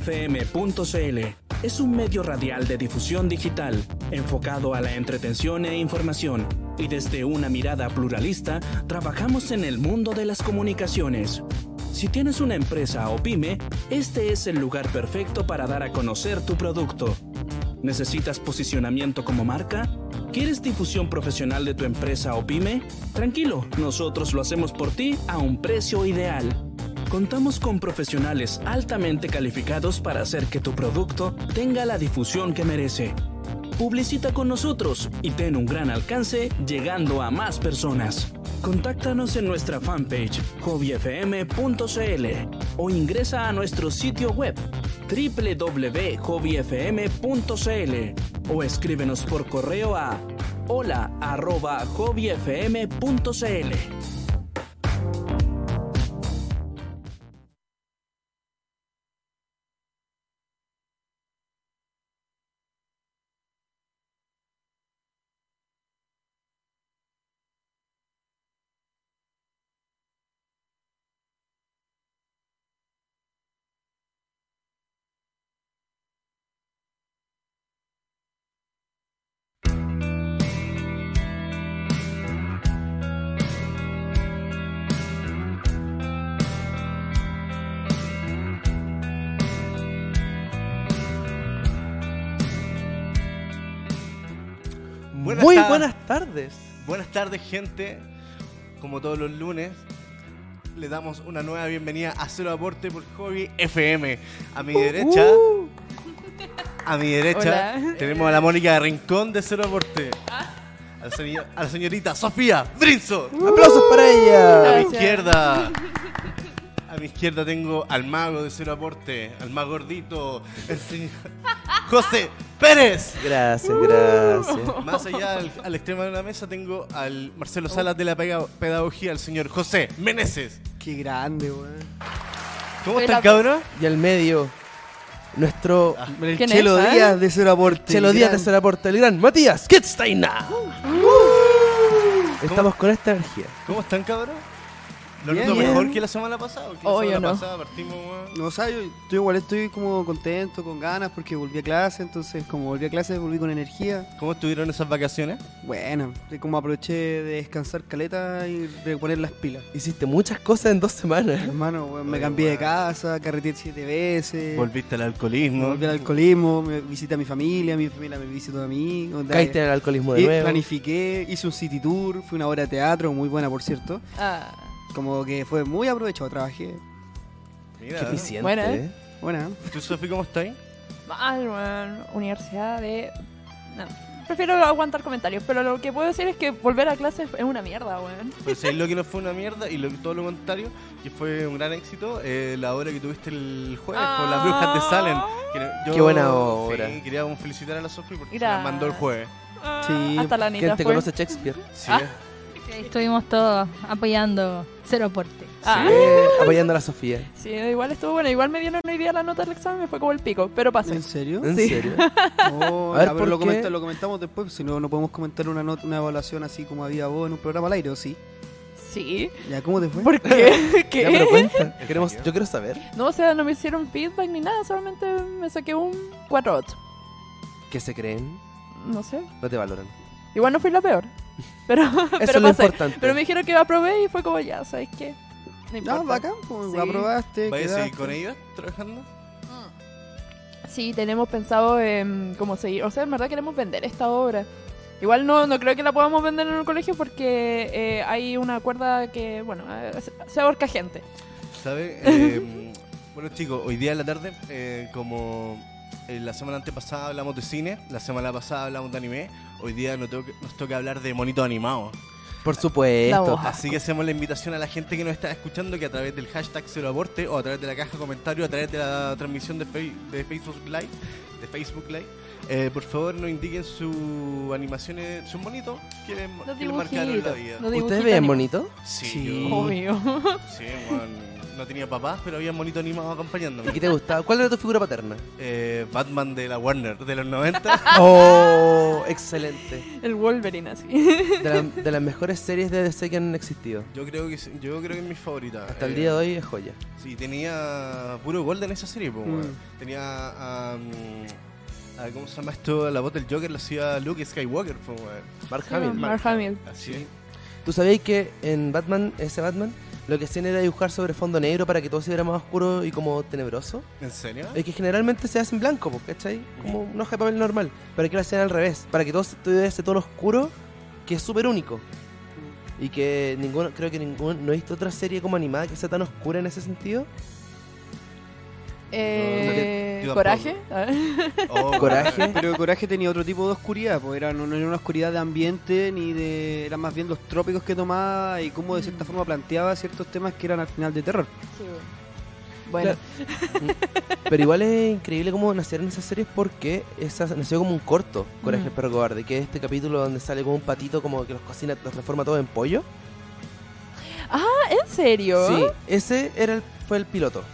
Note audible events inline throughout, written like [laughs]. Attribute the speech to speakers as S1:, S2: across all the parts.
S1: hobbyfm.cl es un medio radial de difusión digital enfocado a la entretención e información y desde una mirada pluralista trabajamos en el mundo de las comunicaciones. Si tienes una empresa o pyme, este es el lugar perfecto para dar a conocer tu producto. ¿Necesitas posicionamiento como marca? ¿Quieres difusión profesional de tu empresa o pyme? Tranquilo, nosotros lo hacemos por ti a un precio ideal. Contamos con profesionales altamente calificados para hacer que tu producto tenga la difusión que merece. Publicita con nosotros y ten un gran alcance llegando a más personas. Contáctanos en nuestra fanpage hobbyfm.cl o ingresa a nuestro sitio web www.hobbyfm.cl o escríbenos por correo a hola@hobbyfm.cl.
S2: Buenas
S3: Muy
S2: tar-
S3: buenas tardes.
S2: Buenas tardes, gente. Como todos los lunes, le damos una nueva bienvenida a Cero Aporte por Hobby FM. A mi derecha,
S3: Uh,
S2: a mi derecha,
S4: Hola.
S2: tenemos a la Mónica Rincón de Cero Aporte.
S3: Ah.
S2: A la, señor- a la señorita Sofía Brinzo.
S3: aplausos para
S2: A mi
S3: ella.
S4: Gracias.
S2: izquierda. A mi izquierda tengo al mago de Cero Aporte, al más gordito, el
S3: [laughs]
S2: señor José Pérez.
S3: Gracias, gracias.
S2: Más allá al, al extremo de la mesa tengo al Marcelo Salas de la pega- pedagogía, al señor José Meneses.
S5: Qué grande, weón.
S2: ¿Cómo
S4: Soy
S2: están,
S4: la-
S2: cabrón?
S3: Y al medio, nuestro
S5: El
S4: ¿Quién
S5: Chelo
S4: es, eh?
S5: Díaz de Cero Aporte.
S3: Chelo Díaz de
S5: Gran-
S3: Cera Porta, el gran Matías Kitsteina. Estamos con esta energía.
S2: ¿Cómo están, cabrón? ¿Lo
S5: Bien,
S2: noto
S5: bien.
S2: mejor que la semana pasada? ¿O que la
S4: Obvio
S2: semana
S4: no.
S2: pasada partimos, weón?
S5: No, o sea, yo, yo igual estoy como contento, con ganas, porque volví a clase, entonces como volví a clase volví con energía.
S2: ¿Cómo estuvieron esas vacaciones?
S5: Bueno, de como aproveché de descansar caleta y reponer las pilas.
S3: Hiciste muchas cosas en dos semanas.
S5: Hermano, weón, me
S2: Oye,
S5: cambié de
S2: weón.
S5: casa, carreteé siete veces.
S2: Volviste al
S5: me
S2: alcoholismo.
S5: Eh, volví al alcoholismo, me visité a mi familia, mi familia me visitó a mí. onda,
S3: Caíste en el alcoholismo de
S5: y
S3: nuevo.
S5: planifiqué, hice un city tour, fui una obra de teatro, muy buena por cierto.
S4: Ah,
S5: Como que fue muy aprovechado, trabajé.
S2: Mira,
S3: Qué eficiente.
S4: Buena,
S3: ¿eh?
S5: Buena.
S2: ¿tú, Sofi, cómo estás?
S4: mal, weón. Universidad de. No. Prefiero aguantar comentarios, pero lo que puedo decir es que volver a clase es una mierda, weón.
S2: Pues ahí lo que no fue una mierda y lo, todo lo contrario, que fue un gran éxito, eh, la obra que tuviste el jueves con las brujas de Salem. Que
S3: Qué buena
S2: sí,
S3: obra.
S2: quería felicitar a la Sofi porque se la
S4: Gracias.
S2: mandó el jueves.
S4: Ah,
S5: Sí.
S4: Hasta la Anita
S3: ¿Quién te
S4: fue.
S3: conoce Shakespeare?
S2: Sí,
S4: Ah.
S2: eh.
S6: Ahí Estuvimos todos apoyando Cero Aporte.
S4: Ah,
S3: Eh, apoyando a la Sofía.
S4: sí, igual estuvo bueno. Igual me dieron hoy día la nota del examen, me fue como el pico, pero pasé.
S5: ¿En serio?
S3: ¿En serio?
S5: No,
S3: A ver,
S5: Oh, ya, pero
S3: ¿por
S5: lo,
S3: qué?
S5: comenta- lo comentamos después, si no, no podemos comentar una, not- una evaluación así como había vos en un programa al aire, ¿o sí?
S4: Sí.
S5: ¿Ya cómo te fue?
S4: ¿Por qué? ¿Qué?
S3: Ya, pero cuenta.
S2: ¿En
S3: Queremos,
S2: serio?
S3: yo quiero saber.
S4: No, o sea, no me hicieron feedback ni nada, solamente me saqué un 4-8.
S3: ¿Qué se creen?
S4: No sé.
S3: No te valoran.
S4: Igual no fui la peor. Pero, [laughs]
S3: Eso
S4: pero
S3: es lo
S4: pasé.
S3: importante.
S4: Pero me dijeron que aprobé y fue como ya, ¿sabes qué? No importa.
S5: No, bacán, pues,
S4: Sí.
S5: aprobaste,
S2: ¿Vais a
S5: quedaste.
S2: seguir con ellos trabajando?
S4: Sí, tenemos pensado en cómo seguir. O sea, en verdad queremos vender esta obra. Igual no, no creo que la podamos vender en un colegio porque eh, hay una cuerda que, bueno, eh, se- se ahorca gente.
S2: ¿Sabes? [laughs] Eh, bueno, chicos, hoy día en la tarde, eh, como eh, la semana antepasada hablamos de cine, la semana pasada hablamos de anime, hoy día nos, toca- nos toca hablar de monitos animados.
S3: Por
S4: La
S3: supuesto.
S4: voz.
S2: Así que hacemos la invitación a la gente que nos está escuchando que a través del hashtag Cero Aporte o a través de la caja de comentarios, a través de la transmisión de, Fe- de Facebook Live, de Facebook Live, eh, por favor nos indiquen sus animaciones, sus monitos que les,
S4: Los
S2: que les marcaron la
S4: dibujitos.
S2: vida.
S4: los
S3: ¿Ustedes
S4: dibujitos
S3: ven [laughs]
S4: ni-
S3: bonito?
S2: Sí,
S5: Sí.
S2: yo-
S4: Obvio.
S2: Sí, weón. no tenía papás, pero había monitos animados
S3: ¿Y qué
S2: acompañándome.
S3: te gustaba? ¿Cuál era tu figura
S4: [laughs]
S3: paterna?
S2: Eh, Batman de la Warner de los
S3: [laughs]
S2: 90.
S3: Oh, excelente.
S4: El Wolverine así.
S3: De, la- de las mejores series de DC que han existido.
S2: Yo creo que sí, yo creo que es mi favorita.
S3: Hasta el
S2: Eh,
S3: día de hoy es joya.
S2: Sí, tenía puro gol en esa serie, po,
S5: Mm.
S2: weón. Tenía a, mm, a- ¿Cómo se llama esto? La voz del Joker la hacía Luke Skywalker, po, weón.
S3: Mark
S4: Sí,
S3: Hamill.
S4: Mark Hamill.
S2: Así es.
S3: ¿Tú sabías que en Batman, ese Batman, lo que hacían era dibujar sobre fondo negro para que todo se viera más oscuro y como tenebroso?
S2: ¿En serio?
S4: Ah.
S3: Es que generalmente se hace en blanco, po, ¿cachai? Como una hoja de papel normal. Pero aquí lo hacían al revés, para que todo se tuviera ese tono oscuro que es súper único.
S4: Mm.
S3: Y que ninguno, creo que ningún, no he visto otra serie como animada que sea tan oscura en ese sentido.
S4: Eh,
S2: yo tampoco.
S4: Coraje.
S2: Oh,
S3: Coraje.
S2: weón.
S5: Pero Coraje tenía otro tipo de oscuridad, pues era, no, no era una oscuridad de ambiente ni de. eran más bien los trópicos que tomaba y cómo de cierta forma planteaba ciertos temas que eran al final de terror.
S4: Bueno,
S3: Pero igual es increíble cómo nacieron esas series porque esa nació como un corto, Coraje
S4: Mm.
S3: el Perro Cobarde, que es este capítulo donde sale como un patito como que los cocina, los transforma todos en pollo.
S4: ¿en serio?
S3: Sí, ese era el, fue el piloto.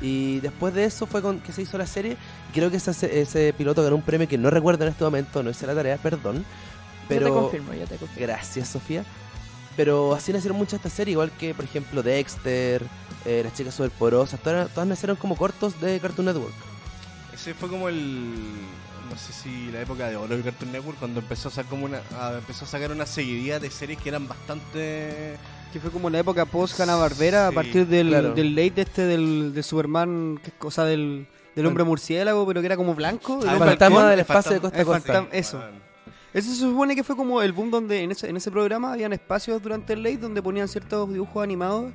S3: Y después de eso fue con, que se hizo la serie. Y creo que esa se- ese piloto ganó un premio que no recuerdo en este momento, no hice la tarea, perdón. Pero
S4: Yo te confirmo, yo te confirmo.
S3: Gracias, Sofía. Pero así nacieron muchas estas series, igual que, por ejemplo, Dexter, eh, Las Chicas Superporosas, todas, todas nacieron como cortos de Cartoon Network.
S2: Ese fue como el. No sé si la época de oro del Cartoon Network, cuando empezó a, sacar como una, a- empezó a sacar una seguidilla de series que eran bastante.
S5: Que fue como la época post Hanna Barbera, a
S2: Sí,
S5: partir del,
S3: claro.
S5: del late este del, de Superman, que es cosa del, del hombre murciélago, pero que era como blanco.
S3: Ah,
S5: el
S3: fantasma del espacio de costa a
S5: el
S3: costa.
S5: fantasma- eso. Eso se supone que fue como el boom donde en ese, en ese programa habían espacios durante el late donde ponían ciertos dibujos animados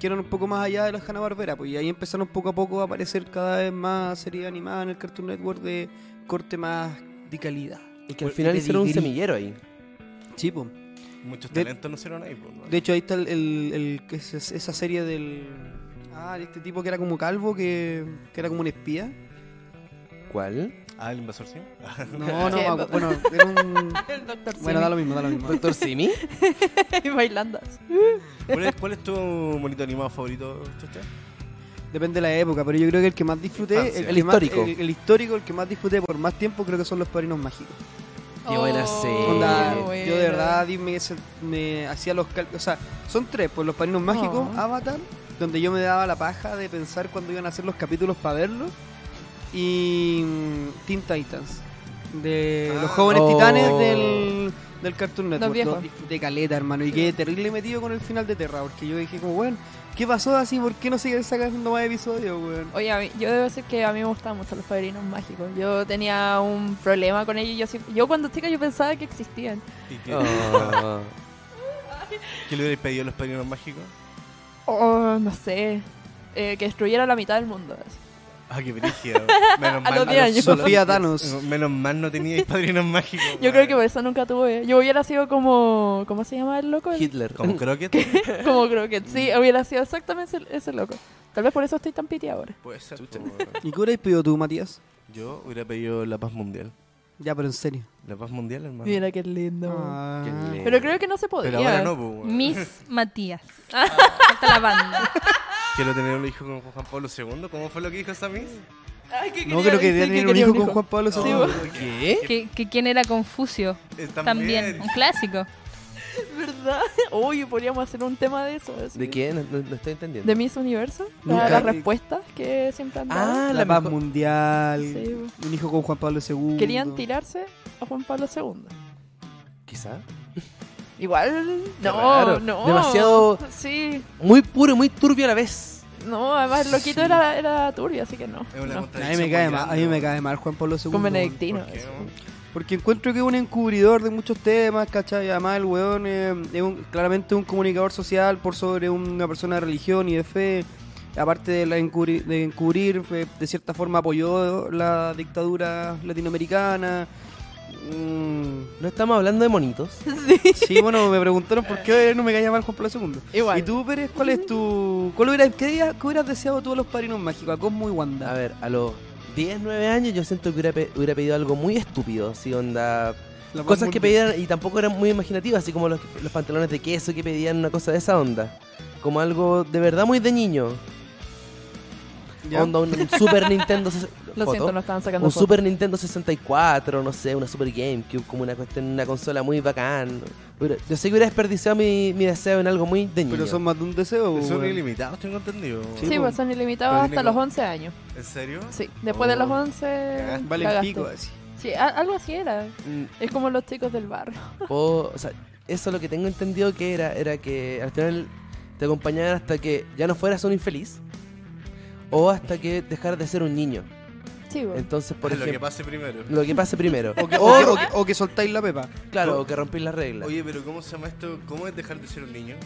S5: que eran un poco más allá de los Hanna-Barbera, pues y ahí empezaron poco a poco a aparecer cada vez más series animadas en el Cartoon Network de corte más de calidad.
S3: Y que al
S5: Y
S3: final
S5: de
S3: hicieron un
S5: Digiri.
S3: semillero ahí.
S5: Sí, po.
S2: Muchos
S5: De-
S2: talentos no hicieron ahí, po, ¿no?
S5: De hecho ahí está el, el- el- que es- es- esa serie del... Ah, de este tipo que era como calvo, que, que era como un espía. [laughs]
S3: ¿Cuál?
S2: Ah, el invasor sí.
S5: No, no,
S4: ¿Qué?
S5: me acu- bueno, era [laughs] un...
S4: El doctor
S3: [laughs]
S5: Bueno, da lo mismo, da lo mismo.
S3: ¿Doctor Simi?
S4: bailando.
S2: ¿Cuál es, cuál es tu monito animado favorito, Chucha?
S5: Depende de la época, pero yo creo que el que más disfruté,
S2: Francia.
S5: el, que
S3: El
S5: más-
S3: histórico.
S5: el, el histórico, el que más disfruté por más tiempo, creo que son los padrinos mágicos.
S3: Qué buena serie.
S5: Onda,
S4: Oh, bueno.
S5: yo de verdad dime, ese- me hacía los cálculos. O sea, son tres, pues los padrinos mágicos,
S4: Oh.
S5: Avatar, donde yo me daba la paja de pensar cuándo iban a hacer los capítulos para verlos, y mm, Teen Titans, de los
S2: Ah.
S5: jóvenes
S3: Oh.
S5: titanes del, del Cartoon Network.
S4: viejos.
S5: Lo disfruté caleta, hermano, y quedé terrible metido con el final de Terra, porque yo dije, como, bueno, ¿qué pasó así? ¿Por qué no siguen sacando más episodios, weón?
S4: Oye, a mí- yo debo decir que a mí me gustaban mucho los padrinos mágicos. Yo tenía un problema con ellos. Yo, siempre- yo cuando chica yo pensaba que existían.
S2: ¿Y qué,
S3: [laughs] Oh.
S2: qué le hubierais pedido a los padrinos mágicos?
S4: Oh, no sé. Eh, que destruyera la mitad del mundo. así.
S2: Ah, qué brígido. [laughs] Menos
S4: A los
S2: mal.
S4: diez años.
S5: Sofía Thanos.
S2: Menos mal no teníais padrinos mágicos.
S4: Yo
S2: weón.
S4: creo que por eso nunca tuve. Yo hubiera sido como. ¿Cómo se llama el loco? El-
S3: Hitler.
S2: Como Crockett.
S4: como Crockett. Sí, hubiera sido exactamente ese, ese loco. Tal vez por eso estoy tan piti ahora.
S2: Puede ser.
S3: Chucha.
S2: po, weón.
S5: ¿Y qué hubierais pedido tú, Matías?
S2: Yo hubiera pedido la paz mundial.
S5: Ya, pero en serio.
S2: La paz mundial, hermano.
S4: Mira qué lindo.
S5: Ah.
S3: Qué lindo.
S4: Pero creo que no se podía.
S2: Pero ahora no, po, weón.
S4: [laughs]
S6: Miss Matías.
S4: Ah.
S6: Hasta la banda.
S2: Quiero tener un hijo con Juan Pablo II. ¿Cómo fue lo que dijo esa Miss?
S4: Ay, que
S5: No,
S4: quería
S5: creo que
S4: decir
S5: debía tener un
S4: quería
S5: hijo con Juan Pablo
S4: Sí,
S5: II.
S2: Oh,
S4: vos.
S3: ¿Qué?
S6: Que, que quién era Confucio.
S2: Eh,
S6: También. Un clásico.
S4: ¿Verdad? [laughs] Oye, podríamos hacer un tema de eso. así.
S3: ¿De quién? No, no- no estoy entendiendo.
S4: ¿De Miss Universo? La-
S5: Nunca-
S4: Las respuestas que siempre han dado.
S3: Ah,
S5: la,
S3: la
S5: paz
S3: mejor-
S5: mundial,
S4: Sí,
S5: un hijo con Juan Pablo II.
S4: Querían tirarse a Juan Pablo II.
S3: Quizá.
S4: Igual, no,
S3: raro.
S4: no.
S3: Demasiado-
S4: [laughs] Sí,
S3: Muy puro y muy turbio a la vez.
S4: no, además el loquito
S2: Sí.
S4: era, era turbio, así que no.
S2: Es una
S4: no.
S5: A mí me cae mal, a mí me cae mal Juan Pablo II.
S4: Con Benedictino.
S2: ¿Por qué,
S4: eso.
S2: weón?
S5: Porque encuentro que es un encubridor de muchos temas, ¿cachai? Además el weón eh, es un- claramente un comunicador social por sobre una persona de religión y de fe. Aparte de, la encubri- de encubrir, eh, de cierta forma apoyó la dictadura latinoamericana. Mm,
S3: No estamos hablando de
S4: [laughs]
S3: monitos.
S5: Sí, bueno, me preguntaron por qué no me caía mal Juan Pablo II.
S4: Igual.
S5: ¿Y tú, Pérez, cuál es tu. Cuál hubieras, qué, día- qué hubieras deseado tú a los padrinos mágicos? A Cosmo y
S3: A
S5: Wanda.
S3: ver, a los 10, 9 años yo siento que hubiera, pe- hubiera pedido algo muy estúpido, así onda...
S5: La
S3: Cosas que
S5: Paz Mundial.
S3: pedían y tampoco eran muy imaginativas, así como los, los pantalones de queso que pedían, una cosa de esa onda. como algo de verdad muy de niño.
S5: Ya.
S3: Onda un
S4: [laughs]
S3: Super Nintendo. ses-
S4: Lo
S3: foto.
S4: siento, no estaban sacando
S3: un
S4: fotos.
S3: Super Nintendo 64, no sé, una Super GameCube, como una cuestión, una consola muy bacán. Hubiera- Yo sé que hubiera desperdiciado mi, mi deseo en algo muy de niño.
S5: Pero son más de un deseo.
S2: Son
S5: weón.
S2: ilimitados, tengo entendido.
S5: Sí,
S4: Sí,
S5: po.
S4: pues son ilimitados
S2: Pero
S4: hasta
S2: tiene
S4: los
S2: como-
S4: 11 años.
S2: ¿En serio?
S4: Sí, después de los
S2: Oh.
S4: 11.
S2: Cagaste.
S5: Vale el
S4: cagaste.
S5: pico así.
S2: eh.
S4: Sí, a- algo así era.
S3: Mm,
S4: Es como los chicos del barrio.
S3: puedo- o sea, eso lo que tengo entendido que era, era que al final te acompañaban hasta que ya no fueras un infeliz o hasta que dejaras de ser un niño.
S4: Sí, pues.
S3: Entonces,
S2: Por [laughs]
S3: por
S2: lo que
S3: ejemplo,
S2: pase primero.
S3: lo que
S2: [laughs]
S3: pase primero.
S5: O que, o
S4: Oh.
S3: O-
S5: que- o que- o que soltáis la pepa.
S3: claro, o que rompís las reglas.
S2: Oye, pero ¿cómo se llama esto? ¿Cómo es dejar de ser un niño?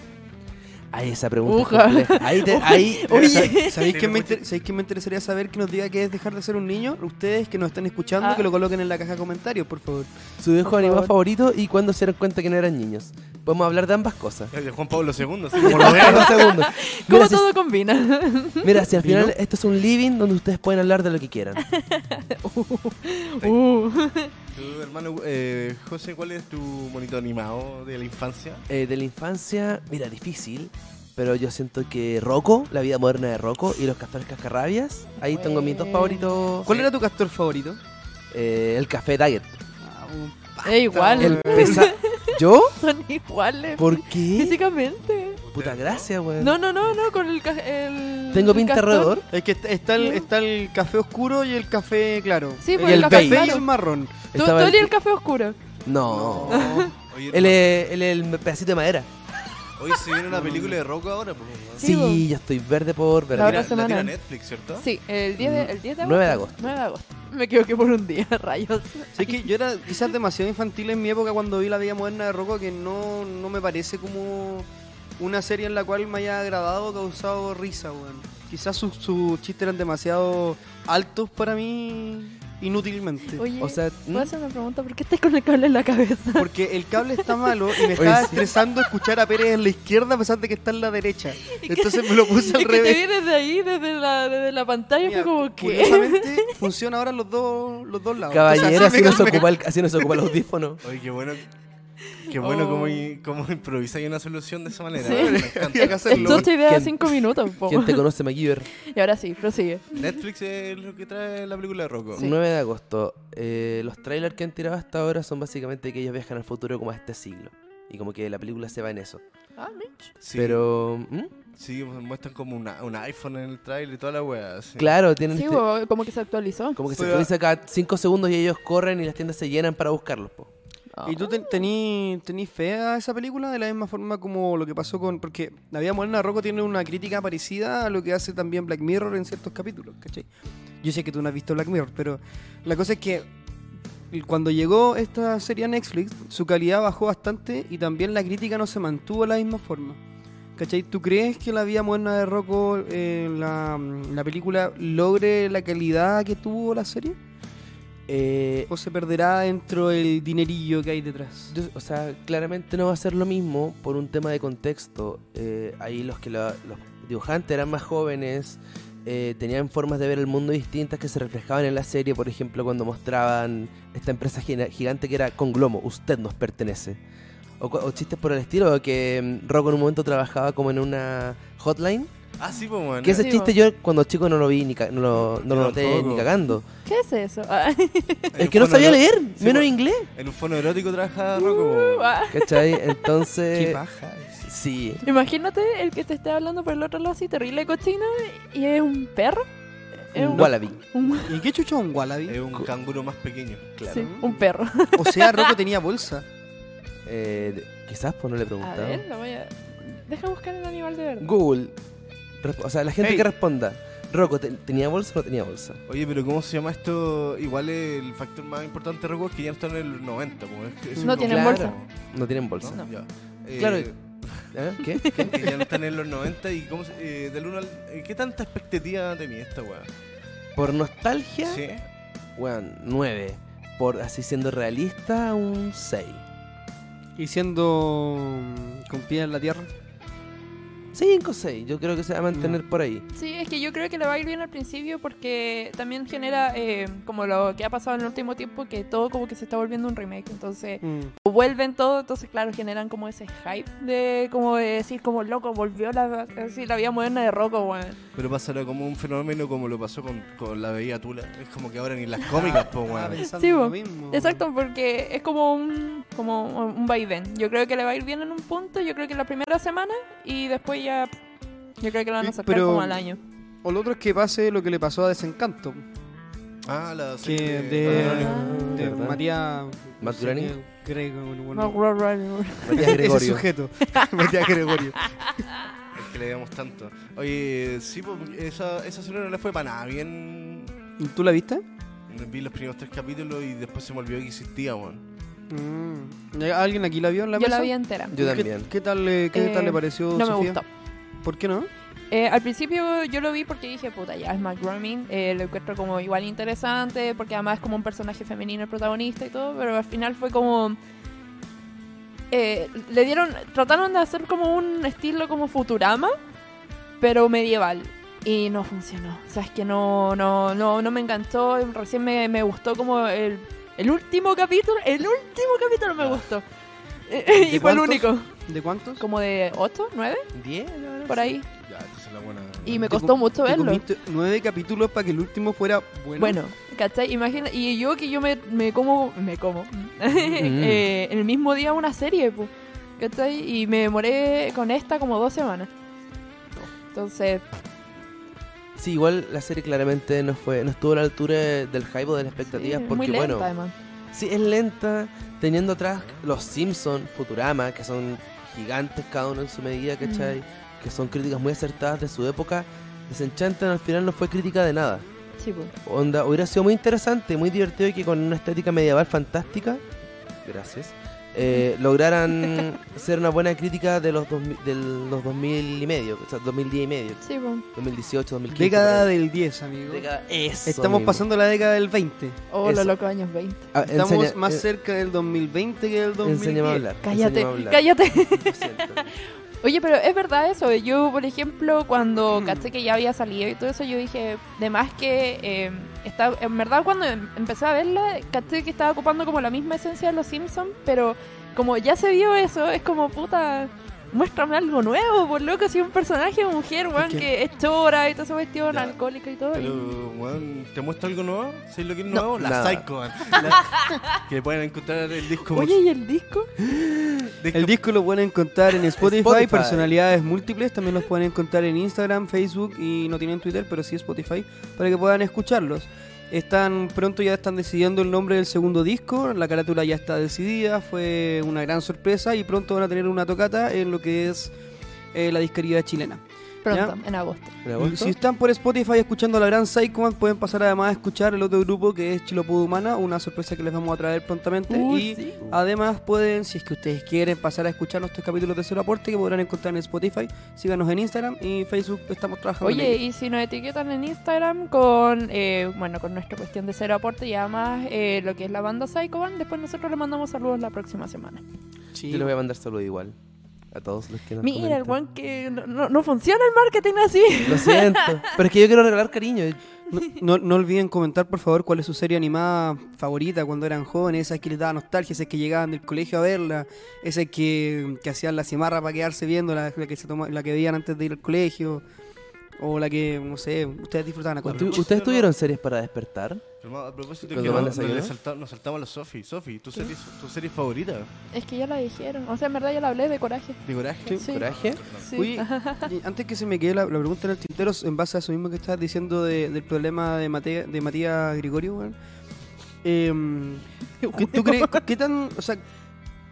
S3: Ay, esa pregunta es
S4: Uja.
S3: compleja. Ahí te-
S4: [laughs]
S3: ahí,
S5: Oye, ¿sabéis
S2: Tiene
S5: que, me
S2: mucho-
S5: inter- ¿sabéis que me interesaría saber que nos diga qué es dejar de ser un niño? Ustedes que nos están escuchando,
S4: Ah.
S5: que lo coloquen en la caja de comentarios, por favor.
S3: su viejo
S4: Por
S3: animal
S4: favor.
S3: favorito y cuando se dieron cuenta que no eran niños. Podemos hablar de ambas cosas.
S2: El de Juan Pablo II, así [laughs] como lo veo.
S3: [laughs] Dos segundos.
S4: ¿Cómo
S3: Mira, si,
S4: todo combina?
S3: mira, si al
S5: ¿Vino?
S3: final esto es un living donde ustedes pueden hablar de lo que quieran.
S4: [laughs] Uh.
S2: Tu hermano eh, José, ¿cuál es tu monito animado de la infancia?
S3: Eh, de la infancia, mira, difícil, pero yo siento que Rocco, la vida moderna de Rocco y los castores cascarrabias, ahí tengo mis dos favoritos.
S5: ¿Cuál era tu castor favorito?
S3: Eh, el café Daggett.
S5: Ah, un
S4: Es igual.
S3: El pesa- ¿Yo?
S4: [laughs] Son iguales.
S3: ¿Por
S4: [laughs]
S3: qué?
S4: Físicamente.
S3: Puta gracia, weón.
S4: No, no, no, no, con el. ca- el
S3: Tengo
S4: el
S3: pinta
S4: castor.
S3: roedor.
S5: Es que está, está el, está el café oscuro y el café claro.
S4: Sí, pues
S3: Y el
S4: el, café.
S5: Café y
S4: claro.
S5: el marrón.
S4: Tú,
S3: Estaba
S4: tú
S3: el-
S4: eres el café oscuro.
S3: No.
S4: Oh.
S2: Oye,
S3: Él es, él es el pedacito de madera.
S2: hoy se viene una película de Rocco ahora. po.
S4: Sí,
S3: Sí,
S4: vos.
S3: yo estoy verde por
S2: La
S3: verde.
S4: La otra
S2: tira, la
S4: semana.
S2: tira Netflix, ¿cierto?
S4: Sí, el 10 de, el 10 de agosto.
S3: 9 de agosto.
S4: 9 de agosto. Me equivoqué por un día, [laughs] rayos.
S5: Sí, es que yo era quizás demasiado infantil en mi época cuando vi la vida moderna de Rocco, que no, no me parece como una serie en la cual me haya agradado o causado risa, weón. Quizás sus sus chistes eran demasiado altos para mí inútilmente.
S4: Oye,
S3: O sea,
S4: ¿puedo
S3: ¿mm?
S4: hacer una pregunta? ¿Por qué estás con el cable en la cabeza?
S5: Porque el cable está malo y me estaba
S3: sí.
S5: estresando escuchar a Pérez en la izquierda a pesar de que está en
S4: [laughs]
S5: la derecha. Entonces me lo puse
S4: [laughs]
S5: al
S4: es que te
S5: revés.
S4: vi desde ahí, desde la, desde la pantalla,
S5: Mira,
S4: fue como que.
S5: Curiosamente funciona ahora los dos, los dos lados.
S3: caballero,
S5: Entonces,
S3: así no, se
S5: [laughs] me-
S3: ocupa el, así no se ocupa el audífono.
S2: Oye, qué bueno. Qué bueno
S4: Oh.
S2: cómo, i- cómo improvisáis una solución de esa manera.
S4: Sí.
S2: Me encanta.
S5: Había que hacerlo.
S4: Esto idea de
S3: ¿Quién-
S4: 5 minutos, po.
S3: ¿Quién te
S4: [laughs]
S3: conoce, MacGyver?
S4: Y ahora sí, prosigue.
S2: Netflix es lo que trae la película de Rocco.
S3: 9 de agosto. Eh, los trailers que han tirado hasta ahora son básicamente que ellos viajan al futuro como a este siglo. Y como que la película se va en eso.
S4: Ah, Mitch.
S2: Sí,
S3: Pero... ¿hmm?
S2: sí, muestran como una, un iPhone en el trailer y toda la wea. sí.
S3: Claro, tienen...
S4: Sí,
S3: este-
S4: bo, como que se actualizó.
S3: como que se
S5: Pero-
S3: actualiza cada 5 segundos y ellos corren y las tiendas se llenan para buscarlos. po.
S5: ¿Y tú ten- tení, tení fe a esa película de la misma forma como lo que pasó con... Porque La vida moderna de Rocco tiene una crítica parecida a lo que hace también Black Mirror en ciertos capítulos, ¿cachai? Yo sé que tú no has visto Black Mirror, pero la cosa es que cuando llegó esta serie a Netflix, su calidad bajó bastante y también la crítica no se mantuvo de la misma forma. ¿Cachai? ¿Tú crees que la vida moderna de Rocco, eh, la, la película, logre la calidad que tuvo la serie?
S3: Eh,
S5: ¿O se perderá dentro del dinerillo que hay detrás?
S3: Yo- o sea, claramente no va a ser lo mismo por un tema de contexto. Eh, ahí los que la- los dibujantes eran más jóvenes, eh, tenían formas de ver el mundo distintas que se reflejaban en la serie, por ejemplo, cuando mostraban esta empresa gina- gigante que era Conglomo, usted nos pertenece. O, cu- o chistes por el estilo, o que mm, Rocco en un momento trabajaba como en una hotline.
S2: Ah, sí, pues, bueno.
S3: Que ese
S4: Sí,
S3: chiste yo cuando chico no lo vi ni, ca- no lo, no lo
S2: Yo
S3: noté
S2: tampoco. [laughs]
S3: ni cagando.
S4: ¿Qué es eso?
S3: Oh.
S4: Ah,
S3: Es que no sabía leer,
S2: Sí,
S3: menos Uh.
S2: bueno.
S3: inglés.
S2: En un fono erótico pues, trabaja Rocco. po.
S4: [laughs] ah.
S2: [laughs]
S3: ¿Cachai?
S5: Qué
S3: Entonces...
S5: paja.
S3: sí.
S4: Imagínate el que te esté hablando por el otro lado así, terrible cochino, y es un perro. Es
S3: Un wallaby.
S4: un-
S5: ¿Y qué chucha un
S2: Es
S5: wallaby?
S2: un canguro más pequeño. Claro.
S4: sí, un perro.
S5: O sea, Rocco tenía bolsa.
S3: Eh, de- quizás, pues no le he
S4: A
S3: preguntado.
S4: ver, lo voy a. Deja buscar el animal de verdad.
S3: Google. Resp- O sea, la gente
S5: Hey.
S3: que responda. Rocco, ¿te- ¿tenía bolsa o no tenía bolsa?
S2: Oye, pero ¿cómo se llama esto? Igual el factor más importante de Rocco es que ya están en los 90. po. Es- es
S4: No
S2: como-
S4: tienen
S3: bolsa. No tienen bolsa.
S2: ¿No? Ya. Eh,
S3: Claro. ¿Ah? ¿Qué? ¿Qué?
S4: [laughs]
S2: que ya no están en los 90 y cómo se- eh, del uno al- eh, ¿qué tanta expectativa tenía esta weá?
S3: Por nostalgia,
S2: Sí.
S3: weón, 9. Por así siendo realista, un 6.
S5: Y siendo mm, con pie en la tierra.
S3: 5 6, yo creo que se va a mantener por ahí.
S5: [laughs]
S4: Sí, es que yo creo que le va a ir bien al principio porque también genera, eh, como lo que ha pasado en el último tiempo, que todo como que se está volviendo un remake. Entonces,
S5: Mm.
S4: vuelven todo, entonces claro, generan como ese hype de como de decir como loco, volvió la, así, la vida moderna de Rocco, weón.
S2: Pero pasará como un fenómeno como lo pasó con, con la bebida Tula. Es como que ahora ni las
S3: Ah.
S2: cómicas, po,
S5: Ah, Estaba
S2: weón.
S5: pensando
S4: Sí,
S5: lo
S4: bo.
S5: mismo.
S4: Exacto, porque es como un, como un vaivén. Yo creo que le va a ir bien en un punto, yo creo que la primera semana y después ya yo creo que lo van a
S5: Sí,
S4: sacar
S5: pero-
S4: como al año.
S5: O lo otro es que pase lo que le pasó a Desencanto.
S2: Ah, la
S5: Que
S2: serie
S5: de,
S4: Ah,
S5: de
S3: ¿verdad?
S5: María.
S3: Matt Groening.
S5: Greg, bueno,
S4: No, ru- ru- ru-
S3: Matías
S5: Ese
S3: Gregorio.
S5: sujeto. [laughs] Matías Gregorio.
S2: El que le damos tanto. Oye, sí, po, esa, esa serie no le fue para nada bien.
S5: ¿Tú la viste?
S2: Vi los primeros tres capítulos y después se me olvidó que existía, weón.
S5: Mm. ¿Alguien aquí la vio en la
S4: Yo
S5: mesa?
S4: la vi entera.
S3: Yo
S5: ¿Qué-
S3: también.
S5: ¿Qué, tal, le- qué
S4: Eh,
S5: tal le pareció,
S4: No me
S5: Sofía?
S4: gustó.
S5: ¿Por qué no?
S4: Eh, al principio yo lo vi porque dije, puta, ya es Matt Groening, eh, lo encuentro como igual interesante, porque además es como un personaje femenino el protagonista y todo, pero al final fue como... eh, le dieron, trataron de hacer como un estilo como Futurama, pero medieval. Y no funcionó. O sea, es que no, no, no, no me encantó. Recién me, me gustó como el, el último capítulo. El último capítulo me gustó. [laughs] y fue el
S5: Ah. cuántos?
S4: único.
S5: ¿De cuántos?
S4: Como de 8, 9,
S2: ¿Diez?
S4: por ahí.
S2: Ya, esa es la buena.
S4: Y me
S5: Te
S4: costó
S5: com-
S4: mucho
S5: Te
S4: verlo.
S5: comiste nueve capítulos para que el último fuera bueno.
S4: Bueno, ¿cachai? Imagina, y yo que yo me, me como, me como, [laughs] eh, en el mismo día una serie, po, ¿cachai? Y me demoré con esta como dos semanas. Entonces,
S3: Sí, igual la serie claramente no fue, no estuvo a la altura del hype o de las expectativas
S4: sí,
S3: porque
S4: muy lenta
S3: bueno,
S4: además.
S3: sí es lenta, teniendo atrás los Simpsons, Futurama, que son gigantes cada uno en su
S5: Mm.
S3: medida, ¿cachai? Que son críticas muy acertadas de su época. Desenchantan al final no fue crítica de nada.
S4: Sí, po.
S3: Onda, hubiera sido muy interesante, muy divertido y que con una estética medieval fantástica, gracias,
S5: [laughs]
S3: eh, lograran ser una buena crítica de los, dos, mi- de los 2000 y medio, o sea, 2010 y medio,
S4: Sí, po.
S3: 2018, 2015.
S5: Década
S3: por ahí.
S5: del 10, amigo.
S3: Década- eso
S5: Estamos
S3: mismo.
S5: pasando la década del 20.
S4: Oh,
S3: Eso.
S4: los locos años 20.
S3: Ah,
S5: Estamos
S3: enseña-
S5: más
S3: eh,
S5: cerca del 2020 que del 2010.
S3: Enséñame a hablar.
S4: Cállate,
S3: enséñame a hablar.
S4: cállate.
S3: Lo siento. [laughs]
S4: Oye, pero es verdad eso. Yo, por ejemplo, cuando caché que ya había salido y todo eso, yo dije, de más que eh, está, en verdad cuando em- empecé a verla, caché que estaba ocupando como la misma esencia de los Simpsons, pero como ya se vio eso, es como puta, muéstrame algo nuevo, por loco, si un personaje de mujer, weón,
S5: que-
S4: que es chora y toda esa cuestión,
S2: Ya.
S4: alcohólica y todo. y-
S2: Pero, weón, ¿te muestro algo nuevo? ¿Sabes lo que es
S3: No,
S2: nuevo? la
S3: nada.
S2: Psycho, weón. La- Que pueden encontrar el disco.
S4: Oye, ¿y el disco?
S5: El disco lo pueden encontrar en
S3: [laughs]
S5: Spotify,
S3: Spotify.
S5: personalidades múltiples, también los pueden encontrar en Instagram, Facebook y no tienen Twitter, pero sí Spotify, para que puedan escucharlos. Están pronto ya están decidiendo el nombre del segundo disco, la carátula ya está decidida, fue una gran sorpresa y pronto van a tener una tocata en lo que es eh, la disquería chilena.
S4: Pronto, en agosto.
S3: ¿En agosto?
S5: Si están por Spotify escuchando a la gran Psychoman, pueden pasar además a escuchar el otro grupo que es Chilopudo Humana, una sorpresa que les vamos a traer prontamente. y
S4: Uh,
S5: además pueden, si es que ustedes quieren, pasar a escuchar nuestros capítulos de Cero Aporte que podrán encontrar en Spotify. Síganos en Instagram y Facebook, estamos trabajando. en
S4: Oye,
S5: ello.
S4: y si nos etiquetan en Instagram con, eh, bueno, con nuestra cuestión de cero aporte y además eh, lo que es la banda Psychoban, después nosotros le mandamos saludos la próxima semana.
S3: Yo les voy a mandar saludos igual. A todos los que nos
S4: Mira, el
S3: comentan.
S4: one que no, no- no funciona el marketing así.
S3: Lo siento. Pero es que yo quiero regalar cariño.
S5: no, no olviden comentar, por favor, cuál es su serie animada favorita cuando eran jóvenes, esas que les daba nostalgia, esas que llegaban del colegio a verla, esas que, que hacían la cimarra para quedarse viendo, la, la que se toma, la que veían antes de ir al colegio. O la que, no sé, ustedes disfrutaban a
S3: ¿Tú-
S5: cuento.
S3: ¿Ustedes tuvieron series para despertar?
S2: Pero, a propósito,
S3: ¿Los
S2: que
S3: demás
S2: no-
S3: les
S2: no
S3: ayudan?
S2: le salta- nos saltamos a los Sofi. Sofi, ¿tu serie, tu serie favorita?
S4: Es que ya la dijeron. O sea, en verdad ya la hablé de coraje.
S2: ¿De coraje?
S4: Sí.
S3: ¿Coraje?
S4: Sí. [laughs]
S5: Oye, y antes que se me quede la, la pregunta en el tintero, en base a eso mismo que estabas diciendo de- del problema de, Mate- de Matías Gregorio, weón, em, ¿qué, tú crees, qué tan, o sea,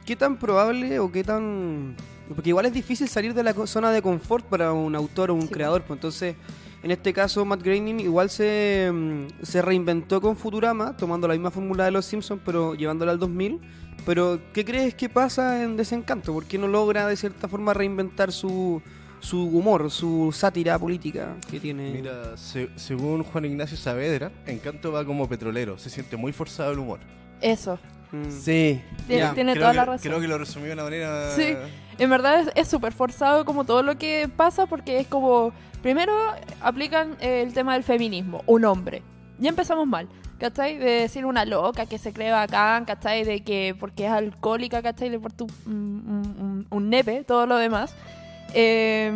S5: qué tan probable o qué tan... Porque igual es difícil salir de la co- zona de confort para un autor o un
S4: Sí.
S5: creador, pues entonces... En este caso, Matt Groening igual se, em, se reinventó con Futurama, tomando la misma fórmula de Los Simpsons, pero llevándola al 2000. Pero, ¿qué crees que pasa en Desencanto? ¿Por qué no logra de cierta forma reinventar su, su humor, su sátira política que tiene?
S2: Mira, se- según Juan Ignacio Saavedra, Encanto va como petrolero. Se siente muy forzado el humor.
S4: Eso.
S5: Mm.
S3: Sí.
S4: Tiene,
S5: Ya,
S4: tiene
S2: Creo
S4: toda
S2: que-
S4: la razón.
S2: Creo que lo resumió de una manera...
S4: Sí. En verdad es- es súper forzado como todo lo que pasa porque es como, primero aplican eh, el tema del feminismo, un hombre. Ya empezamos mal. ¿Cachai? De decir una loca que se cree bacán, ¿cachai? De que porque es alcohólica, ¿cachai? Le importa un, un- un- un nepe, todo lo demás. Eh,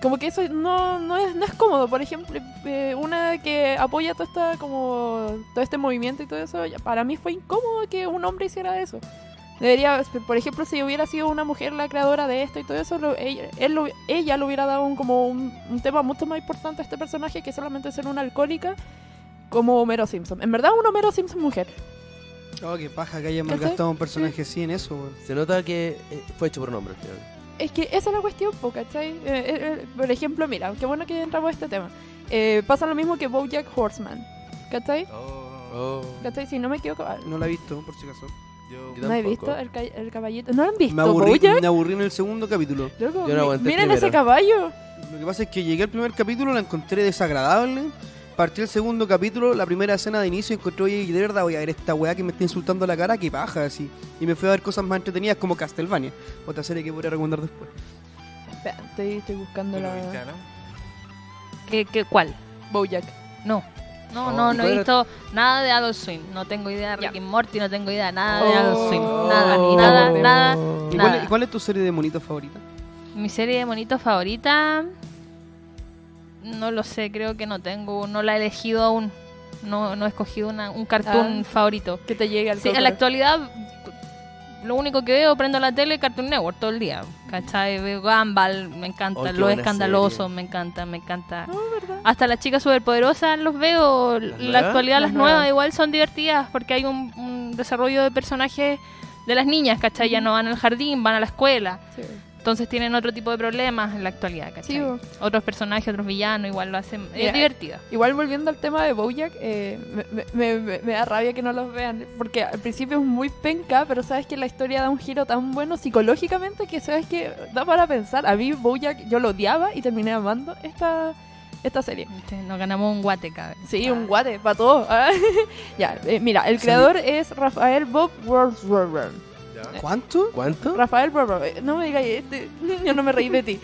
S4: como que eso no, no, es, no es cómodo. Por ejemplo, eh, una que apoya toda esta, como, todo este movimiento y todo eso, ya- para mí fue incómodo que un hombre hiciera eso. Debería, por ejemplo, si hubiera sido una mujer la creadora de esto y todo eso, lo- ella, él lo- ella le hubiera dado un, como un, un tema mucho más importante a este personaje que solamente ser una alcohólica como Homero Simpson. En verdad, un Homero Simpson mujer.
S5: Oh, qué paja que haya
S4: ¿Cachai?
S5: malgastado un personaje así en eso, weón.
S3: Se nota que eh, fue hecho por un hombre al final.
S4: Es que esa es la cuestión, po, ¿cachai? Eh, eh, eh, por ejemplo, mira, qué bueno que entramos a este tema. Eh, pasa lo mismo que Bojack Horseman, ¿cachai?
S2: Oh,
S3: Oh.
S4: ¿Cachai? Si no me equivoco, ah,
S5: No la he visto, por si acaso.
S2: yo-
S3: Yo
S4: no he
S3: tampoco.
S4: visto el, ca- el caballito. ¿No lo han visto,
S5: Me aburrí,
S4: Bojack?
S5: me aburrí en el segundo capítulo.
S4: Loco,
S3: Yo no
S4: mi-
S3: aguanté el
S4: miren
S3: primero.
S4: ese caballo.
S5: Lo que pasa es que llegué al primer capítulo, la encontré desagradable. Partí el segundo capítulo, la primera escena de inicio, encontré, oye, de verdad voy a ver esta weá que me está insultando la cara, que paja, así. Y me fui a ver cosas más entretenidas como Castlevania, otra serie que podría recomendar después.
S4: Espera, estoy, estoy buscando
S2: ¿Tú lo viste,
S4: la.
S2: Ana?
S6: ¿Qué, qué, ¿Cuál?
S4: Bojack.
S6: No. No,
S2: Oh.
S6: no,
S3: ¿Y
S6: no
S3: cuál
S6: he
S3: era?
S6: visto nada de Adult Swim. No tengo idea de Rick
S4: Ya.
S6: and Morty, no tengo idea de nada de
S4: Oh.
S6: Adult Swim. Nada,
S4: Oh.
S6: nada, nada.
S5: ¿Y
S6: Nada.
S5: cuál, y cuál es tu serie de monitos favorita?
S4: Eh,
S6: Mi serie de monitos favorita. No lo sé, creo que no tengo. No la he elegido aún. No, no he escogido una- un cartoon
S4: Ah.
S6: favorito.
S4: Que te llegue al
S6: Sí, en la actualidad. Lo único que veo, prendo la tele, Cartoon Network todo el día. ¿Cachai? Veo Gumball, me encanta.
S3: Oh, qué
S6: Los
S3: buena
S6: escandalosos,
S3: serie.
S6: me encanta, me encanta.
S4: ¿verdad?
S6: Hasta las chicas superpoderosas los veo. en la
S3: nuevas?
S6: actualidad las,
S4: Las
S6: nuevas.
S4: nuevas.
S6: igual son divertidas porque hay un, un desarrollo de personajes de las niñas, ¿cachai? Ya no van al jardín, van a la escuela.
S4: Sí,
S6: Entonces tienen otro tipo de problemas en la actualidad, ¿cachai?
S4: Sí, bo.
S6: Otros personajes, otros villanos, igual lo hacen...
S4: Mira,
S6: Es divertido.
S4: Igual volviendo al tema de Bojack, eh, me, me- me- me da rabia que no los vean, porque al principio es muy penca, pero sabes que la historia da un giro tan bueno psicológicamente que sabes que da para pensar. A mí Bojack yo lo odiaba y terminé amando esta, esta serie.
S6: Este, Nos ganamos un guate, cabrón.
S4: Sí, un guate para todo. [laughs] Ah, ya, eh, mira, el creador es Rafael Bob Wordsworth.
S2: Ya.
S5: ¿Cuánto?
S3: ¿Cuánto?
S4: Rafael Bob, Wordsworth. no me digas, este, [laughs] yo no me reí de ti.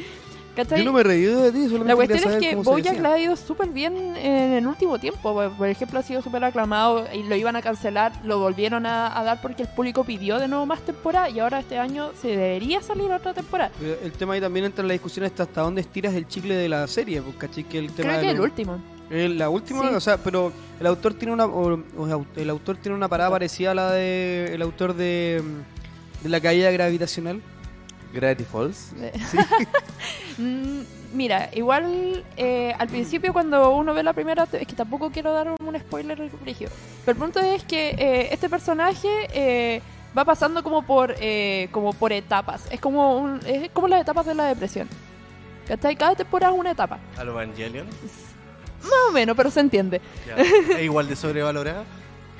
S4: ¿Cachai?
S5: Yo no me he reído de ti,
S4: La
S5: solamente quería
S4: cuestión es
S5: saber
S4: que
S5: cómo se
S4: Bojack
S5: decía.
S4: la ha ido súper bien en el último tiempo. Por- Por ejemplo, ha sido súper aclamado y lo iban a cancelar, lo volvieron a, a dar porque el público pidió de nuevo más temporada y ahora este año se debería salir otra temporada.
S5: Eh, El tema ahí también entra en la discusión hasta, hasta dónde estiras el chicle de la serie, porque caché que el tema
S4: Creo
S5: de
S4: que el
S5: los-
S4: último.
S5: Eh, la última,
S4: Sí.
S5: o sea, pero el autor tiene una o- o sea, el autor tiene una parada parecida a la de el autor de, mm, de la caída gravitacional.
S3: Gravity Falls.
S4: Mm, Mira, igual eh, al principio cuando uno ve la primera, te- es que tampoco quiero dar un un spoiler rígido, pero el punto es que eh, este personaje eh, va pasando como por eh, como por etapas, es como un- es como las etapas de la depresión. ¿Cachai? Cada temporada es una etapa.
S2: ¿A lo Evangelion?
S4: Más o menos, pero se entiende.
S2: Ya. ¿Es igual de sobrevalorada?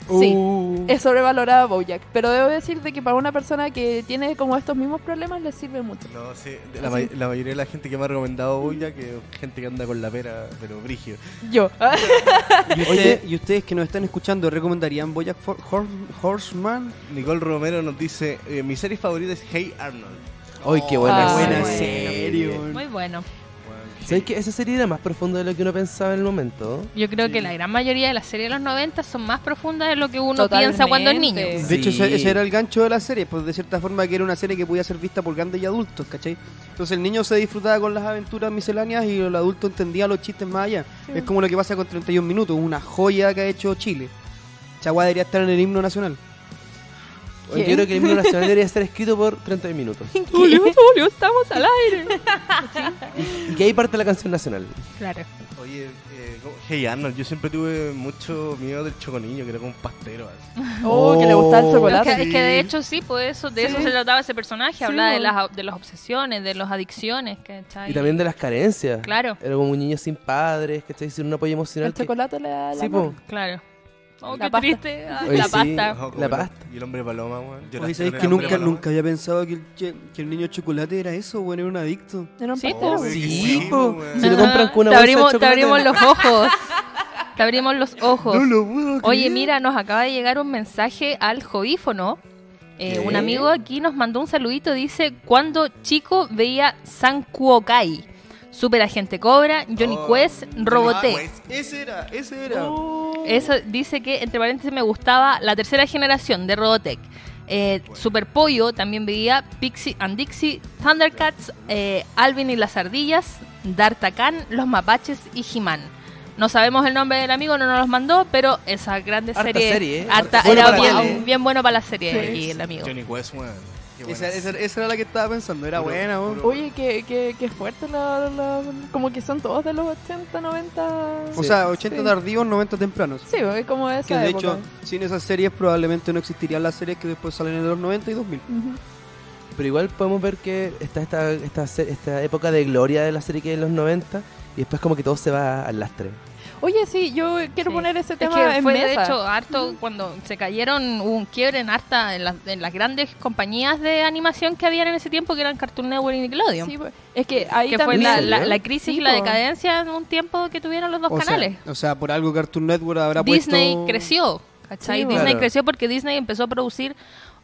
S4: Sí.
S5: Uh,
S4: Es sobrevalorada Bojack, pero debo decir de que para una persona que tiene como estos mismos problemas le sirve mucho.
S2: No, sí. de La, may- la mayoría de la gente que me ha recomendado Boya, que es gente que anda con la pera, pero brigio.
S4: Yo. [laughs]
S5: y,
S4: este
S5: usted- y ustedes que nos están escuchando, ¿recomendarían Bojack For- Hor- Horseman?
S2: Nicole Romero nos dice, eh, mi serie favorita es Hey Arnold.
S3: ¡Ay, qué buena
S4: Ah,
S3: serie!
S4: buena
S5: serie.
S6: Muy bueno.
S3: ¿Sabes que esa serie era más profunda de lo que uno pensaba en el momento?
S6: Yo creo
S2: Sí.
S6: que la gran mayoría de las series de los 90 son más profundas de lo que uno
S4: Totalmente.
S6: piensa cuando es niño.
S5: De
S3: Sí.
S5: hecho, ese, ese era el gancho de la serie, pues de cierta forma que era una serie que podía ser vista por grandes y adultos, ¿cachai? Entonces el niño se disfrutaba con las aventuras misceláneas y el adulto entendía los chistes más allá. Es como lo que pasa con 31 minutos, una joya que ha hecho Chile. Chagua debería estar en el himno nacional.
S3: Yo
S4: ¿Qué?
S3: creo
S4: [laughs]
S3: que el himno nacional debería estar escrito por 30 minutos.
S4: Julio, Julio, estamos al aire.
S3: Y que ahí parte la canción nacional.
S6: Claro.
S2: Oye, eh, ¿cómo? Hey Arnold, yo siempre tuve mucho miedo del choconiño, que era como un pastero. así.
S4: Oh, que le gusta el
S3: Oh.
S6: Es
S4: chocolate.
S6: que, es que de hecho sí, pues eso, de eso
S4: Sí.
S6: se trataba ese personaje,
S4: Sí, pues.
S6: hablaba de
S4: bo.
S6: las, de las obsesiones, de las adicciones, ¿cachai?
S3: Y también de las carencias.
S6: Claro,
S3: Era como un niño sin padres, que está sin un apoyo emocional.
S4: El
S3: que-
S4: chocolate le da la
S3: Sí, po.
S6: claro. Oh,
S4: La
S6: qué
S4: pasta.
S6: triste. ah,
S3: Oye,
S6: la
S3: sí.
S6: pasta.
S2: Ojo, como
S3: La
S2: el-
S3: pasta.
S2: Y el hombre paloma, weón. Yo
S5: Oye,
S2: la-
S5: ¿sabéis
S2: yo
S5: que
S2: el hombre
S5: nunca,
S2: paloma.
S5: nunca había pensado que el, che- que el niño chocolate era eso, bueno, era un adicto?
S4: Era un
S6: Sí,
S4: pastel.
S6: po.
S2: Oye, que
S3: Sí, po.
S2: weón.
S3: Si le compran con una bolsa de
S6: te abrimos, te
S3: chocolate.
S6: abrimos los ojos. te abrimos los ojos.
S5: No lo puedo
S6: Oye,
S5: creer.
S6: mira, nos acaba de llegar un mensaje al jodífono. Eh,
S3: ¿Qué?
S6: un amigo aquí nos mandó un saludito, dice, cuando chico veía San Kuokai, Super Agente Cobra, Johnny
S2: Oh.
S6: Quest,
S2: Ah,
S6: Robotech.
S2: pues, Ese era, ese era.
S4: Oh,
S6: Eso dice que, entre paréntesis, me gustaba la tercera generación de Robotech. Eh, Super Pollo también veía Pixie and Dixie, Thundercats, eh, Alvin y las Ardillas, D'Artacan, Los Mapaches y He-Man. No sabemos el nombre del amigo, no nos los mandó, pero esa grande
S3: Harta
S6: serie,
S3: serie, ¿eh?
S6: harta-
S3: Bueno
S6: era
S3: para la tele.
S6: bien, bien bueno para la serie
S4: Sí.
S6: aquí, el amigo.
S2: Johnny West, weón. Qué buena.
S5: Esa, esa- esa era la que estaba pensando, era
S2: Puro-
S5: buena, weón.
S2: puro-
S4: Oye, que, que, que fuerte la, la- Como que son todos de los 80, 90...
S5: O sea, 80
S4: Sí.
S5: tardíos, 90 tempranos.
S4: Sí, es como de esa
S5: Que de
S4: época.
S5: hecho, sin esas series probablemente no existirían las series que después salen en los 90 y 2000.
S4: Ujú.
S3: Pero igual podemos ver que está esta, esta, se- esta época de gloria de la serie que es en los 90 y después como que todo se va al lastre.
S4: Oye, sí, yo quiero
S6: Sí.
S4: poner ese
S6: Es
S4: tema
S6: que
S4: en
S6: fue de
S4: mesa.
S6: hecho harto cuando se cayeron, hubo un quiebre en harta en, las- en las grandes compañías de animación que habían en ese tiempo, que eran Cartoon Network y Nickelodeon.
S4: Sí, pues, es que ahí
S6: que fue
S4: también...
S6: la,
S3: ¿En
S6: la-
S3: serio?
S6: la crisis
S4: Sí,
S6: y la
S4: po.
S6: decadencia en un tiempo que tuvieron los dos
S5: O sea-
S6: canales.
S5: o sea, por algo Cartoon Network habrá
S6: Disney
S5: puesto...
S6: creció, ¿cachai?
S4: Sí, bueno.
S6: Disney
S3: Claro.
S6: creció porque Disney empezó a producir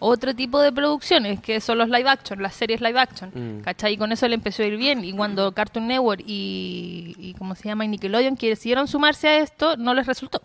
S6: otro tipo de producciones, que son los live action, las series live action,
S3: Mm.
S6: ¿cachai? Y con eso le empezó a ir bien. Y cuando Cartoon Network y, y ¿cómo se llama? Y Nickelodeon que decidieron sumarse a esto, no les resultó.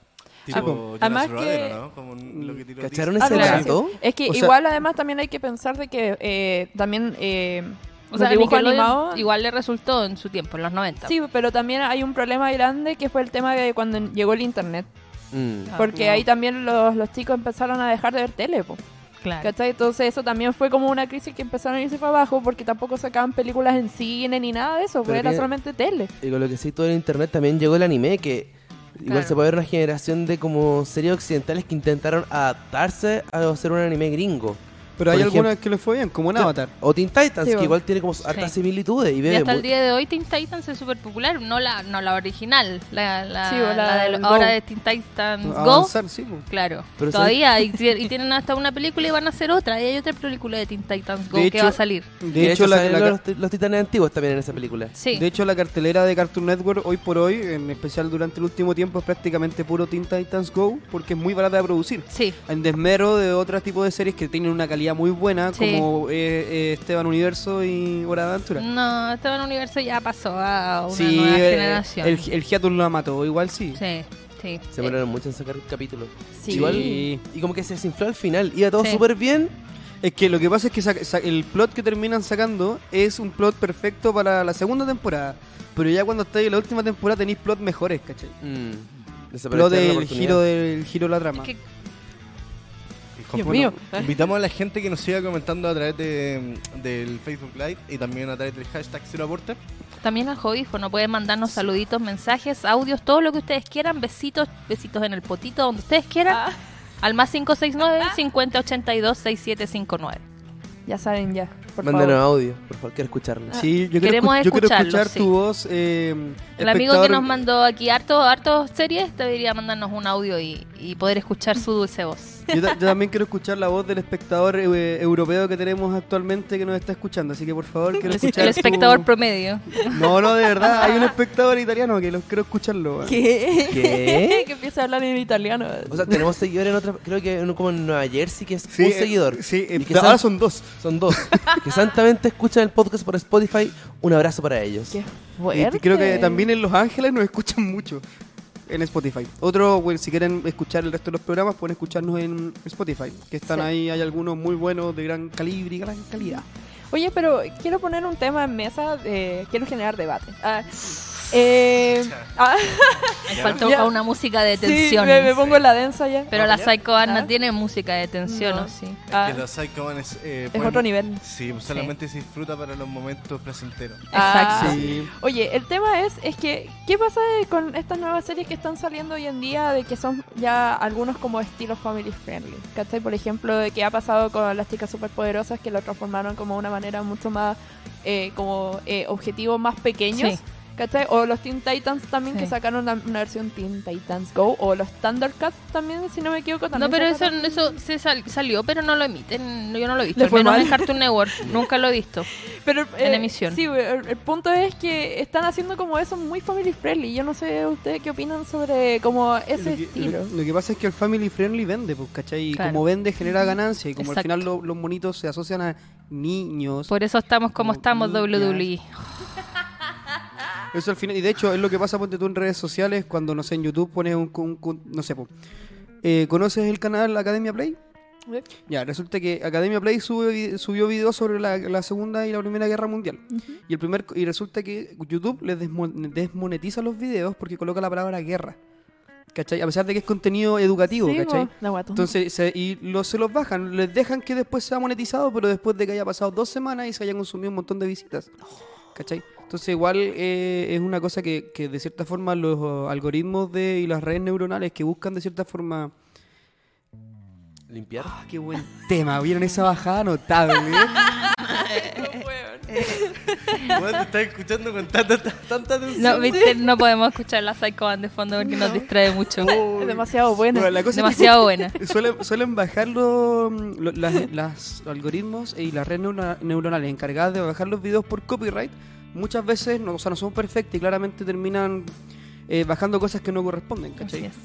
S2: Tipo
S5: Ah, po.
S2: Jonas
S4: Además
S2: Brother,
S4: que-
S2: ¿o ¿no? Como lo que tiró
S3: ¿Cacharon
S4: Ah,
S3: ese
S6: se
S4: claro,
S6: lanzó.
S3: dato?
S4: sí. Es que
S3: O sea-
S4: igual además también hay que pensar de que eh, también eh,
S6: O sea,
S4: los dibujos
S6: Nickelodeon
S4: animados-
S6: igual le resultó en su tiempo, en los 90.
S4: Sí, pero también hay un problema grande que fue el tema de cuando llegó el internet.
S3: Mm.
S6: Ah,
S4: Porque
S6: no.
S4: ahí también los, los chicos empezaron a dejar de ver tele, po,
S6: claro.
S4: ¿cachai? Entonces eso también fue como una crisis que empezaron a irse para abajo porque tampoco sacaban películas en cine ni nada de eso,
S3: Pero
S4: pues, era
S3: tiene-
S4: solamente tele.
S3: Y con lo que sí todo en internet también llegó el anime que igual
S6: Claro.
S3: se puede ver una generación de como series occidentales que intentaron adaptarse a hacer un anime gringo.
S5: Pero hay
S3: Por ejemplo-
S5: algunas que le fue bien, como en Avatar.
S3: O Teen Titans,
S4: Sí,
S3: que
S4: bueno.
S3: igual tiene como hartas
S6: Sí.
S3: similitudes y
S6: Y
S3: ve
S6: hasta el
S3: mu-
S6: día de hoy Teen Titans es súper popular, no la, no la original, la, la,
S4: Sí, o la
S6: la de
S4: del
S6: lo- ahora
S4: Go.
S6: de Teen Titans Go.
S5: Avanzar, Ah, sí, po.
S6: Claro,
S3: Pero
S6: todavía y, tie- y tienen hasta una película y van a hacer otra. Y hay otra película de Teen Titans Go
S5: De
S6: que
S5: hecho-
S6: va a salir.
S5: De,
S3: De hecho,
S5: hecho, la,
S3: salen
S5: la-
S3: los, los titanes antiguos también en esa película.
S6: Sí,
S5: de hecho, la cartelera de Cartoon Network hoy por hoy, en especial durante el último tiempo, es prácticamente puro Teen Titans Go, porque es muy barata de producir.
S6: sí,
S5: En desmero de otros tipos de series que tienen una calidad muy buena,
S6: Sí.
S5: como eh, eh, Esteban Universo y Hora de Aventura.
S6: no, Esteban Universo ya pasó a Mm, una
S5: sí,
S6: nueva
S5: eh,
S6: generación.
S5: el, el hiatus la mató, igual sí.
S6: Sí, sí. Eh,
S3: Se demoraron mucho en sacar capítulos.
S4: Sí.
S3: Igual, y como que se desinfló al final. Iba todo
S6: Sí.
S3: súper bien.
S5: Es que lo que pasa es que saca- sa- el plot que terminan sacando es un plot perfecto para la segunda temporada. Pero ya cuando estáis en la última temporada tenéis plot mejores, ¿cachai? Plot
S3: Desaparecieron la
S5: del
S3: oportunidad.
S5: giro, del giro de la
S6: Es
S5: trama.
S6: que-
S4: Dios
S2: Bueno,
S4: mío.
S2: Invitamos a la gente que nos siga comentando a través de, del Facebook Live y también a través del hashtag Cero Aporte.
S6: También al no pueden mandarnos saluditos, mensajes, audios, todo lo que ustedes quieran, besitos, besitos en el potito, donde ustedes quieran,
S4: Ah,
S6: al más 569-5082-6759.
S4: ya saben ya, por
S3: Mándanos
S4: favor. Ah.
S3: audio, por favor, quiero escucharlo.
S5: Ah, Sí, yo quiero,
S6: Queremos
S5: escu- yo quiero
S6: escucharlo,
S5: escuchar
S6: sí.
S5: tu voz. eh,
S6: El amigo que
S5: espectador.
S6: nos mandó aquí harto, harto series debería mandarnos un audio y, y poder escuchar su dulce voz.
S5: Yo, ta- yo también quiero escuchar la voz del espectador eh, europeo que tenemos actualmente que nos está escuchando. Así que por favor,
S6: [laughs]
S5: quiero escuchar.
S6: El
S5: tu-
S6: espectador promedio.
S5: [laughs] No, no, de verdad, hay un
S6: [laughs]
S5: espectador italiano que los quiero escucharlo. weón.
S4: ¿Qué?
S3: ¿Qué?
S4: [laughs] que empieza a hablar en italiano.
S3: O sea, tenemos seguidores en otras, creo que en- como en Nueva Jersey, que es
S5: Sí,
S3: un
S5: eh,
S3: seguidor.
S5: Sí, eh,
S3: Y que
S5: ahora
S3: sean-
S5: son dos.
S3: Son dos. que santamente escuchan el podcast por Spotify. Un abrazo para ellos.
S4: Qué
S5: Y
S4: fuerte.
S5: creo que también en Los Ángeles nos escuchan mucho en Spotify. Otro, bueno, si quieren escuchar el resto de los programas, pueden escucharnos en Spotify, que están
S4: Sí.
S5: ahí, hay algunos muy buenos de gran calibre y gran calidad.
S4: Oye, pero quiero poner un tema en mesa, eh, quiero generar debate. Ah, eh, ah,
S6: Faltó
S4: Ya.
S6: una música de
S4: sí,
S6: tensión.
S4: me, me pongo la densa ya.
S6: Pero la Psycho Ann
S4: Ah.
S6: no tiene música de tensión,
S4: No.
S6: ¿o sí?
S4: Ah,
S2: Que los Psycho Man es, eh,
S4: es
S2: pueden-
S4: otro nivel.
S2: Sí, pues solamente se disfruta para los momentos placenteros.
S4: Ah.
S6: Exacto.
S5: Sí.
S4: Oye, el tema es, es que, ¿qué pasa de- con estas nuevas series que están saliendo hoy en día de que son ya algunos como estilo family friendly? ¿Cachai? Por ejemplo, de que ha pasado con las chicas superpoderosas que lo transformaron como una manera mucho más, eh, como eh, objetivos más pequeños.
S6: Sí.
S4: ¿Cachai? O los Teen Titans también
S6: Sí.
S4: que sacaron una, una versión Teen Titans Go. O los Thundercats también, si no me equivoco.
S6: No,
S4: También
S6: pero eso,
S4: sacaron-
S6: eso se sal- salió, pero no lo emiten. Yo no lo he visto.
S4: ¿Le
S6: Al
S4: fue
S6: menos
S4: mal?
S6: en Cartoon Network. Nunca lo he visto.
S4: Pero, eh,
S6: en emisión.
S4: Sí, el, el punto es que están haciendo como eso muy family friendly. Yo no sé ustedes qué opinan sobre como ese
S5: Lo que,
S4: estilo.
S5: lo- lo que pasa es que el family friendly vende, pues, ¿cachai? Y
S6: Claro.
S5: como vende, genera ganancia. Y como
S6: Exacto.
S5: al final lo- los monitos se asocian a niños.
S4: Oh,
S6: Por eso estamos E. como
S5: No,
S6: estamos,
S5: ni-
S6: WWE.
S5: Eso al final. Y de hecho, es lo que pasa, ponte tú en redes sociales, cuando, no sé, en YouTube pones un. un- un- no sé, po. Eh, ¿conoces el canal Academia Play?
S4: Sí.
S5: Ya, resulta que Academia Play sube vi- subió videos sobre la, la Segunda y la Primera Guerra Mundial. y, el primer, y resulta que YouTube les desmon- desmonetiza los videos porque coloca la palabra guerra. ¿Cachai? A pesar de que es contenido educativo,
S4: Sí,
S5: ¿cachai?
S4: po, la guatón.
S5: Entonces, se- y los, se los bajan, les dejan que después sea monetizado, pero después de que haya pasado dos semanas y se hayan consumido un montón de visitas. ¿Cachai? Entonces, igual eh, es una cosa que, que de cierta forma los oh, algoritmos de, y las redes neuronales que buscan de cierta forma.
S2: Limpiar.
S5: ¡Ah, qué buen [laughs] tema! ¿Vieron esa bajada notable?
S2: Weón, te estás escuchando con tanta, tanta, tanta atención.
S6: [laughs] No, viste, no podemos escuchar la Psycho Band de fondo porque nos
S4: [laughs]
S6: distrae mucho.
S4: Es demasiado buena.
S5: Bueno, la cosa es que-
S6: Demasiado buena.
S5: Suelen, suelen bajar los lo- las, las algoritmos y las redes neurona- neuronales encargadas de bajar los videos por copyright. Muchas veces no, o sea, no son perfectas y claramente terminan eh, bajando cosas que no corresponden,
S6: Así
S5: ¿cachai?
S6: es.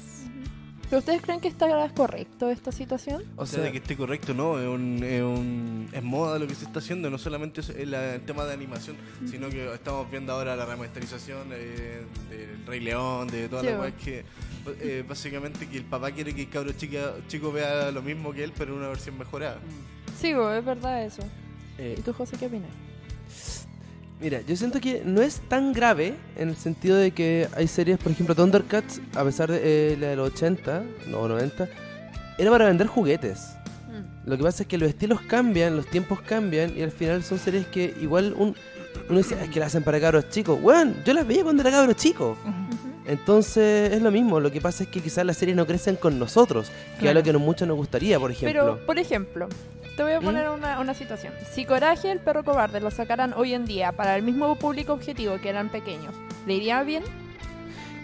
S4: ¿Pero ustedes creen que está correcto esta situación?
S2: O sea, de que esté correcto, no, es, un, es, un- es moda lo que se está haciendo, no solamente es el, el tema de animación,
S4: Mm.
S2: sino que estamos viendo ahora la remasterización eh, del Rey León, de todas
S4: Sí,
S2: las
S4: bo.
S2: weas que eh, básicamente que el papá quiere que el cabro chica, chico vea lo mismo que él, pero en una versión mejorada.
S4: Sí, bo, es verdad eso.
S3: Eh,
S4: ¿Y tú, José, qué opinas?
S3: Mira, yo siento que no es tan grave en el sentido de que hay series, por ejemplo, Thundercats, a pesar de eh, la de los 80 no, 90, era para vender juguetes.
S6: Mm.
S3: Lo que pasa es que los estilos cambian, los tiempos cambian y al final son series que igual un, uno dice, "Ah, es que la hacen para cabros chicos. Weón, yo las veía cuando era cabro chico. Entonces es lo mismo, lo que pasa es que quizás las series no crecen con nosotros, que es
S6: Claro.
S3: algo que no mucho nos gustaría, por ejemplo.
S4: Pero, por ejemplo, te
S5: ¿Mm?
S4: voy a poner una, una situación. Si Coraje, el perro cobarde, lo sacaran hoy en día para el mismo público objetivo que eran pequeños, ¿le iría bien?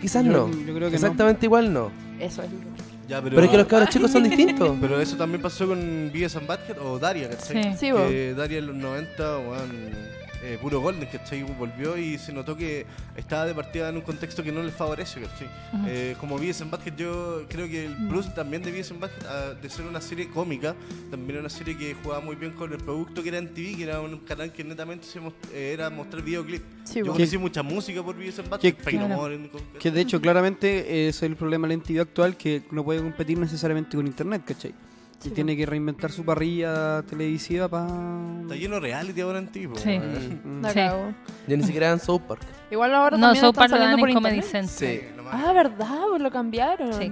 S3: Quizás
S5: Yo-
S3: no.
S5: yo creo que no.
S3: Exactamente igual no.
S4: Eso es lo que-
S2: Ya, pero,
S3: Pero, es que
S5: [laughs]
S3: los cabros chicos son distintos.
S2: pero eso también pasó con Vives and Badhead o Daria, ¿cachai?
S6: Sí.
S4: Sí, bo.
S2: que Daria en los 90, weón, eh, puro Golden, ¿cachai? Volvió y se notó que estaba de partida en un contexto que no le favorece, ¿cachai?
S6: Ujú.
S2: Eh, como Vives en Basket, yo creo que el plus también de Vives en Basket, ah, de ser una serie cómica, también era una serie que jugaba muy bien con el producto que era en TV, que era un canal que netamente se mos- eh, era mostrar videoclip.
S4: Sí,
S2: yo
S4: bo.
S2: conocí mucha música por Vives en Basket,
S5: Que-
S2: Fake No
S6: Claro.
S2: More, en- con-
S5: Que de hecho, claramente eh, es el problema de la entidad actual que no puede competir necesariamente con internet, ¿cachai?
S4: Sí,
S5: Y tiene que reinventar su parrilla televisiva Mm. para.
S2: Está lleno de reality ahora en TV, po,
S6: Sí.
S2: weón.
S4: La
S6: Sí.
S4: cago.
S3: Yo ni siquiera en South Park.
S4: Igual ahora
S6: No,
S4: también
S6: South
S4: están
S6: Park lo
S4: saliendo
S6: dan
S4: por
S6: en Comedy
S4: internet.
S3: Sí.
S2: Eh, nomás.
S4: Ah, ¿verdad? Pues lo cambiaron.
S6: Sí.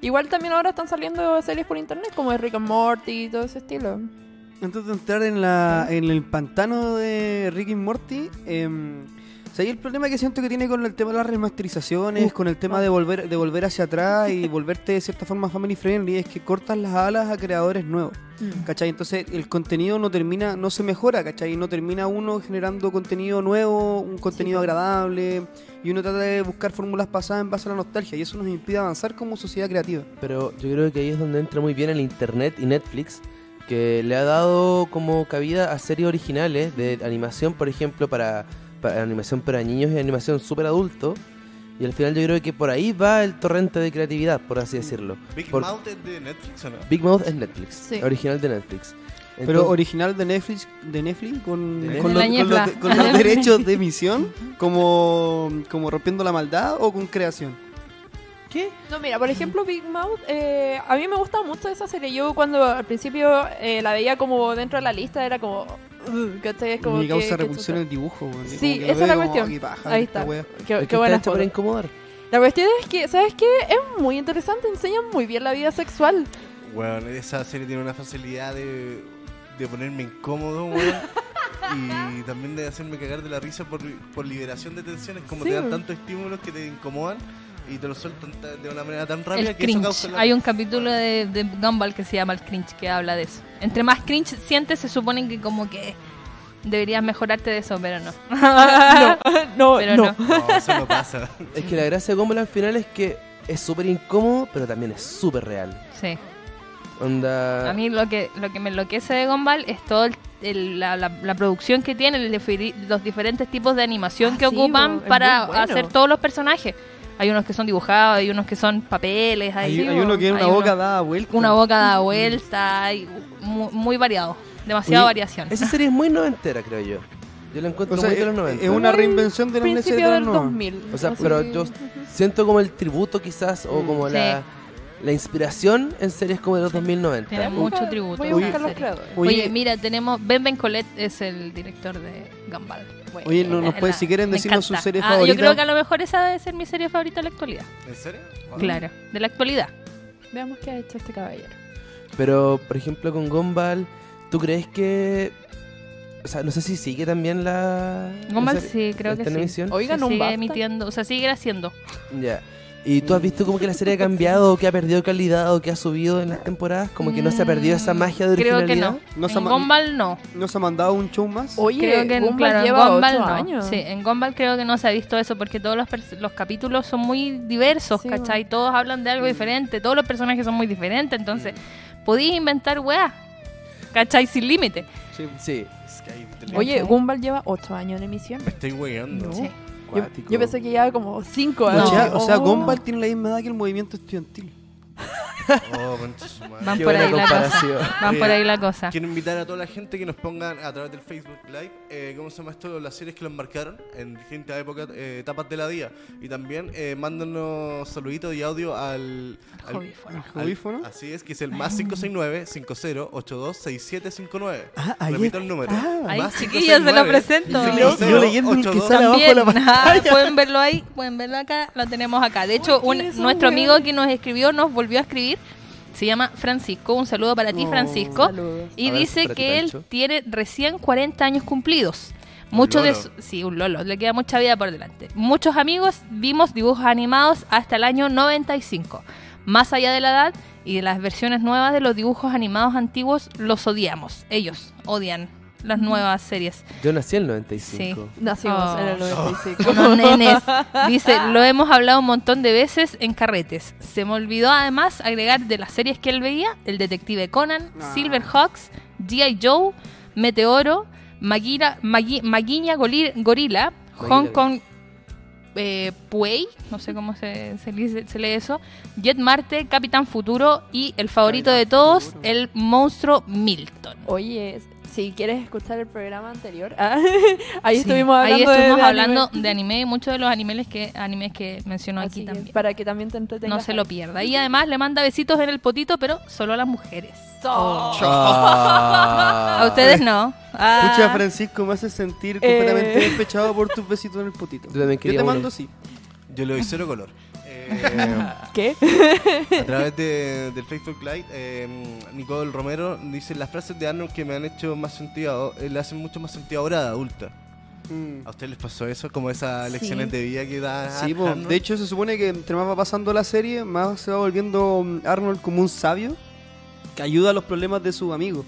S4: Igual también ahora están saliendo series por internet como de Rick and Morty y todo ese estilo.
S5: Antes de entrar en, la, en el pantano de Rick y Morty, em, o sea, ahí el problema que siento que tiene con el tema de las remasterizaciones, con el tema de volver, de volver hacia atrás y volverte de cierta forma family friendly, es que cortas las alas a creadores nuevos, ¿cachai? Entonces el contenido no termina, no se mejora, ¿cachai? No termina uno generando contenido nuevo, un contenido agradable, y uno trata de buscar fórmulas pasadas en base a la nostalgia, y eso nos impide avanzar como sociedad creativa.
S3: Pero yo creo que ahí es donde entra muy bien el internet y Netflix, que le ha dado como cabida a series originales de animación, por ejemplo, para, para animación para niños y animación súper adulto. Y al final yo creo que por ahí va el torrente de creatividad, por así decirlo.
S2: Big
S3: Por-
S2: Mouth es de Netflix o no?
S3: Big Mouth es Netflix,
S4: Sí.
S3: original de Netflix.
S5: Pero
S3: Entonces-
S5: original de Netflix, de Netflix con,
S3: De Netflix.
S5: con
S6: De la
S5: los, con
S6: ñefla.
S5: los- con los
S4: [laughs]
S5: derechos de emisión, como, como rompiendo la maldad o con creación.
S3: ¿Qué?
S4: No, mira, por ejemplo, Big Mouth, eh, a mí me gusta mucho esa serie. Yo cuando al principio eh, la veía como dentro de la lista era como... "Ugh", ¿cachai? Es como
S5: Me causa
S4: que- que
S5: repulsión el dibujo. weón.
S4: Sí,
S5: Como que
S4: esa
S5: lo
S4: es la
S5: veo como,
S4: cuestión.
S5: "Ah, qué paja
S4: Ahí
S5: esta
S4: está.
S5: wea".
S4: chuta. Qué,
S3: Es
S4: qué
S3: que está
S4: buena
S3: hecho para
S4: foto.
S3: incomodar.
S4: La cuestión es que, ¿sabes qué? Es muy interesante, enseñan muy bien la vida [laughs] sexual.
S2: Weón, esa serie tiene una facilidad de, de ponerme incómodo,
S6: [laughs]
S2: weón. y también de hacerme cagar de la risa por, por liberación de tensiones, como
S4: Sí,
S2: te dan
S4: weón.
S2: tantos estímulos que te incomodan y te los sueltan ta- de una manera tan rápida
S6: El
S2: que eso
S6: cringe.
S2: causa la-
S6: Hay un capítulo de, de Gumball que se llama El cringe que habla de eso. Entre más cringe sientes, se supone que como que deberías mejorarte de eso, pero no.
S4: Ah, No,
S6: pero
S4: Oh, no.
S6: no.
S2: No, eso no pasa.
S3: Es que la gracia de Gumball al final es que es súper incómodo, pero también es súper real.
S6: Sí.
S3: Onda...
S6: A mí lo que, lo que me enloquece de Gumball es todo el- el- la, la- la producción que tiene, el diferi- los diferentes tipos de animación
S4: Ah,
S6: que
S4: sí,
S6: ocupan
S4: bo, es muy
S6: para
S4: bueno.
S6: hacer todos los personajes. Hay unos que son dibujados, hay unos que son papeles, hay,
S5: Hay, hay uno que tiene
S6: hay
S5: una boca
S6: uno-
S5: dada vuelta.
S6: una boca dada vuelta, hay mu- muy, variado, demasiada
S3: Oye,
S6: variación.
S3: Esa serie es muy noventera, creo yo. Yo lo encuentro
S5: O sea,
S3: muy de
S5: es,
S3: los 90.
S5: es una
S4: Muy
S5: reinvención de la NES
S4: Principio del 2000.
S3: O sea,
S4: así
S3: pero
S4: que-
S3: yo siento como el tributo quizás o
S5: Mm.
S3: como
S6: Sí.
S3: la, la inspiración en series como de los 2090.
S6: Tiene
S3: Mu-
S6: mucho tributo
S4: Voy
S6: a
S4: a
S6: la
S4: buscar los
S6: serie.
S4: creadores.
S5: Oye,
S6: Oye, mira, tenemos. Ben Ben Colette es el director de Gumball.
S5: Oye, no nos
S6: La-
S5: puede- si quieren
S6: me
S5: decirnos su
S6: encanta.
S5: serie
S6: Ah,
S5: favorita.
S6: Yo creo que a lo mejor esa debe ser mi serie favorita de la actualidad.
S2: ¿En serio? Wow.
S6: Claro, de la actualidad.
S4: Veamos qué ha hecho este caballero.
S3: Pero, por ejemplo, con Gumball, ¿tú crees que... O sea, no sé si sigue también la...
S6: Gumball
S3: la serie-
S6: sí, creo
S3: ¿Está
S6: que
S3: en
S6: sí.
S3: emisión?
S4: Oigan,
S6: Se
S4: un
S6: sigue
S4: basta.
S6: emitiendo, o sea, sigue haciendo.
S3: Ya. ¿Y tú has visto como que la serie ha cambiado, o que ha perdido calidad, o que ha subido en las temporadas? Como que no se ha perdido esa magia de
S6: Mm, Creo
S3: originalidad.
S6: que no.
S5: No se
S6: en
S5: ama-
S6: Gumball no.
S5: ¿Nos ha mandado un show más?
S4: Oye,
S6: creo que
S4: Gumball
S6: claro, en
S4: lleva
S6: Gumball
S4: ocho
S6: no.
S4: años.
S6: Sí, en Gumball creo que no se ha visto eso porque todos los, pers- los capítulos son muy diversos,
S4: Sí, Mm.
S6: ¿cachai? Todos hablan de algo diferente, todos los personajes son muy diferentes, entonces podéis inventar weá, ¿cachai? Sin límite.
S5: Sí.
S3: Sí.
S2: Es que hay tele-
S4: Oye,
S6: Ok.
S4: Gumball lleva 8 años en emisión.
S2: Me estoy weando.
S4: No.
S6: Sí.
S4: Yo,
S3: Cuático.
S4: yo pensé que llevaba como 5
S5: O
S6: No.
S4: años.
S5: sea, o sea,
S4: Oh.
S5: Gumball tiene la misma edad que el movimiento estudiantil.
S2: Oh, concha su madre.
S6: Van
S3: Qué
S6: por
S3: buena
S6: ahí la cosa.
S3: comparación.
S6: Van
S2: Oye,
S6: por ahí la cosa.
S2: Quiero invitar a toda la gente que nos pongan a través del Facebook Live, eh, ¿cómo se llama esto? Las series que los marcaron en distintas épocas, eh, etapas de la día. Y también eh, mándanos saluditos y audio al... al-
S6: Jovífono.
S2: al-
S5: ¿Audífono?
S2: Así es, que es el más 569-5082-6759.
S5: Ah, ahí
S2: Repito
S5: es-
S2: el número.
S5: ah.
S6: Ahí,
S2: Más
S6: chiquillos, se lo
S2: 569-5082-6759.
S6: presento.
S5: Yo- yo leyendo el que sale abajo de
S6: También,
S5: la
S6: ah,
S5: pantalla.
S6: pueden verlo ahí, pueden verlo acá, lo tenemos acá. De hecho, un-
S4: esos
S6: nuestro amigo
S4: hueones.
S6: que nos escribió nos volvió a escribir. Se llama Francisco. Un saludo para ti,
S5: Oh,
S6: Francisco.
S4: Saludos.
S6: Y
S3: A ver,
S6: dice
S3: espérate,
S6: que él
S3: Pancho.
S6: tiene recién 40 años cumplidos. Muchos de
S2: lolo.
S6: su- sí, un lolo, le queda mucha vida por delante. Muchos amigos vimos dibujos animados hasta el año 95. Más allá de la edad y de las versiones nuevas de los dibujos animados antiguos, los odiamos. Ellos odian las nuevas series.
S3: Yo nací en el 95.
S4: Nacimos en el
S5: [laughs]
S6: Oh.
S4: 95.
S6: Unos nenes. Dice, lo hemos hablado un montón de veces en carretes. Se me olvidó además agregar de las series que él veía, el detective Conan,
S5: Ah.
S6: Silverhawks, G.I. Joe, Meteoro, Maguira, Magui- Maguiña Goli- Gorila, Hong Kong eh, Puey, no sé cómo se, se dice- se lee eso, Jet Marte, Capitán Futuro y el favorito de
S5: Capitán
S6: todos,
S5: Futuro.
S6: el monstruo Milton.
S4: Oye, si quieres escuchar el programa anterior, ah, [laughs] ahí
S6: Sí,
S4: estuvimos hablando,
S6: ahí estuvimos
S4: de, de
S6: hablando
S4: anime.
S6: de anime y muchos de los animes que, animes que mencionó
S4: Así
S6: aquí
S4: que
S6: también.
S4: Para que también te entretengas.
S6: No se lo pierda. Y además le manda besitos en el potito, pero solo a las mujeres.
S4: So-
S3: Ah.
S6: [laughs] A ustedes no. Ah.
S5: Escucha, Francisco, me hace sentir completamente despechado por tus besitos en el potito.
S3: Yo también
S5: Yo
S3: quería
S5: te
S3: uno.
S5: mando sí.
S2: Yo le doy cero color. Eh,
S6: Oh.
S4: ¿Qué?
S2: a través de- del Facebook Live, eh, Nicole Romero dice las frases de Arnold que me han hecho más sentido, eh, le hacen mucho más sentido ahora de adulta.
S5: Mm.
S2: ¿A usted les pasó eso? Como esas lecciones
S4: Sí.
S2: de vida que da
S5: Sí, po.
S2: Arnold.
S5: de hecho se supone que entre más va pasando la serie, más se va volviendo mm, Arnold como un sabio que ayuda a los problemas de sus amigos.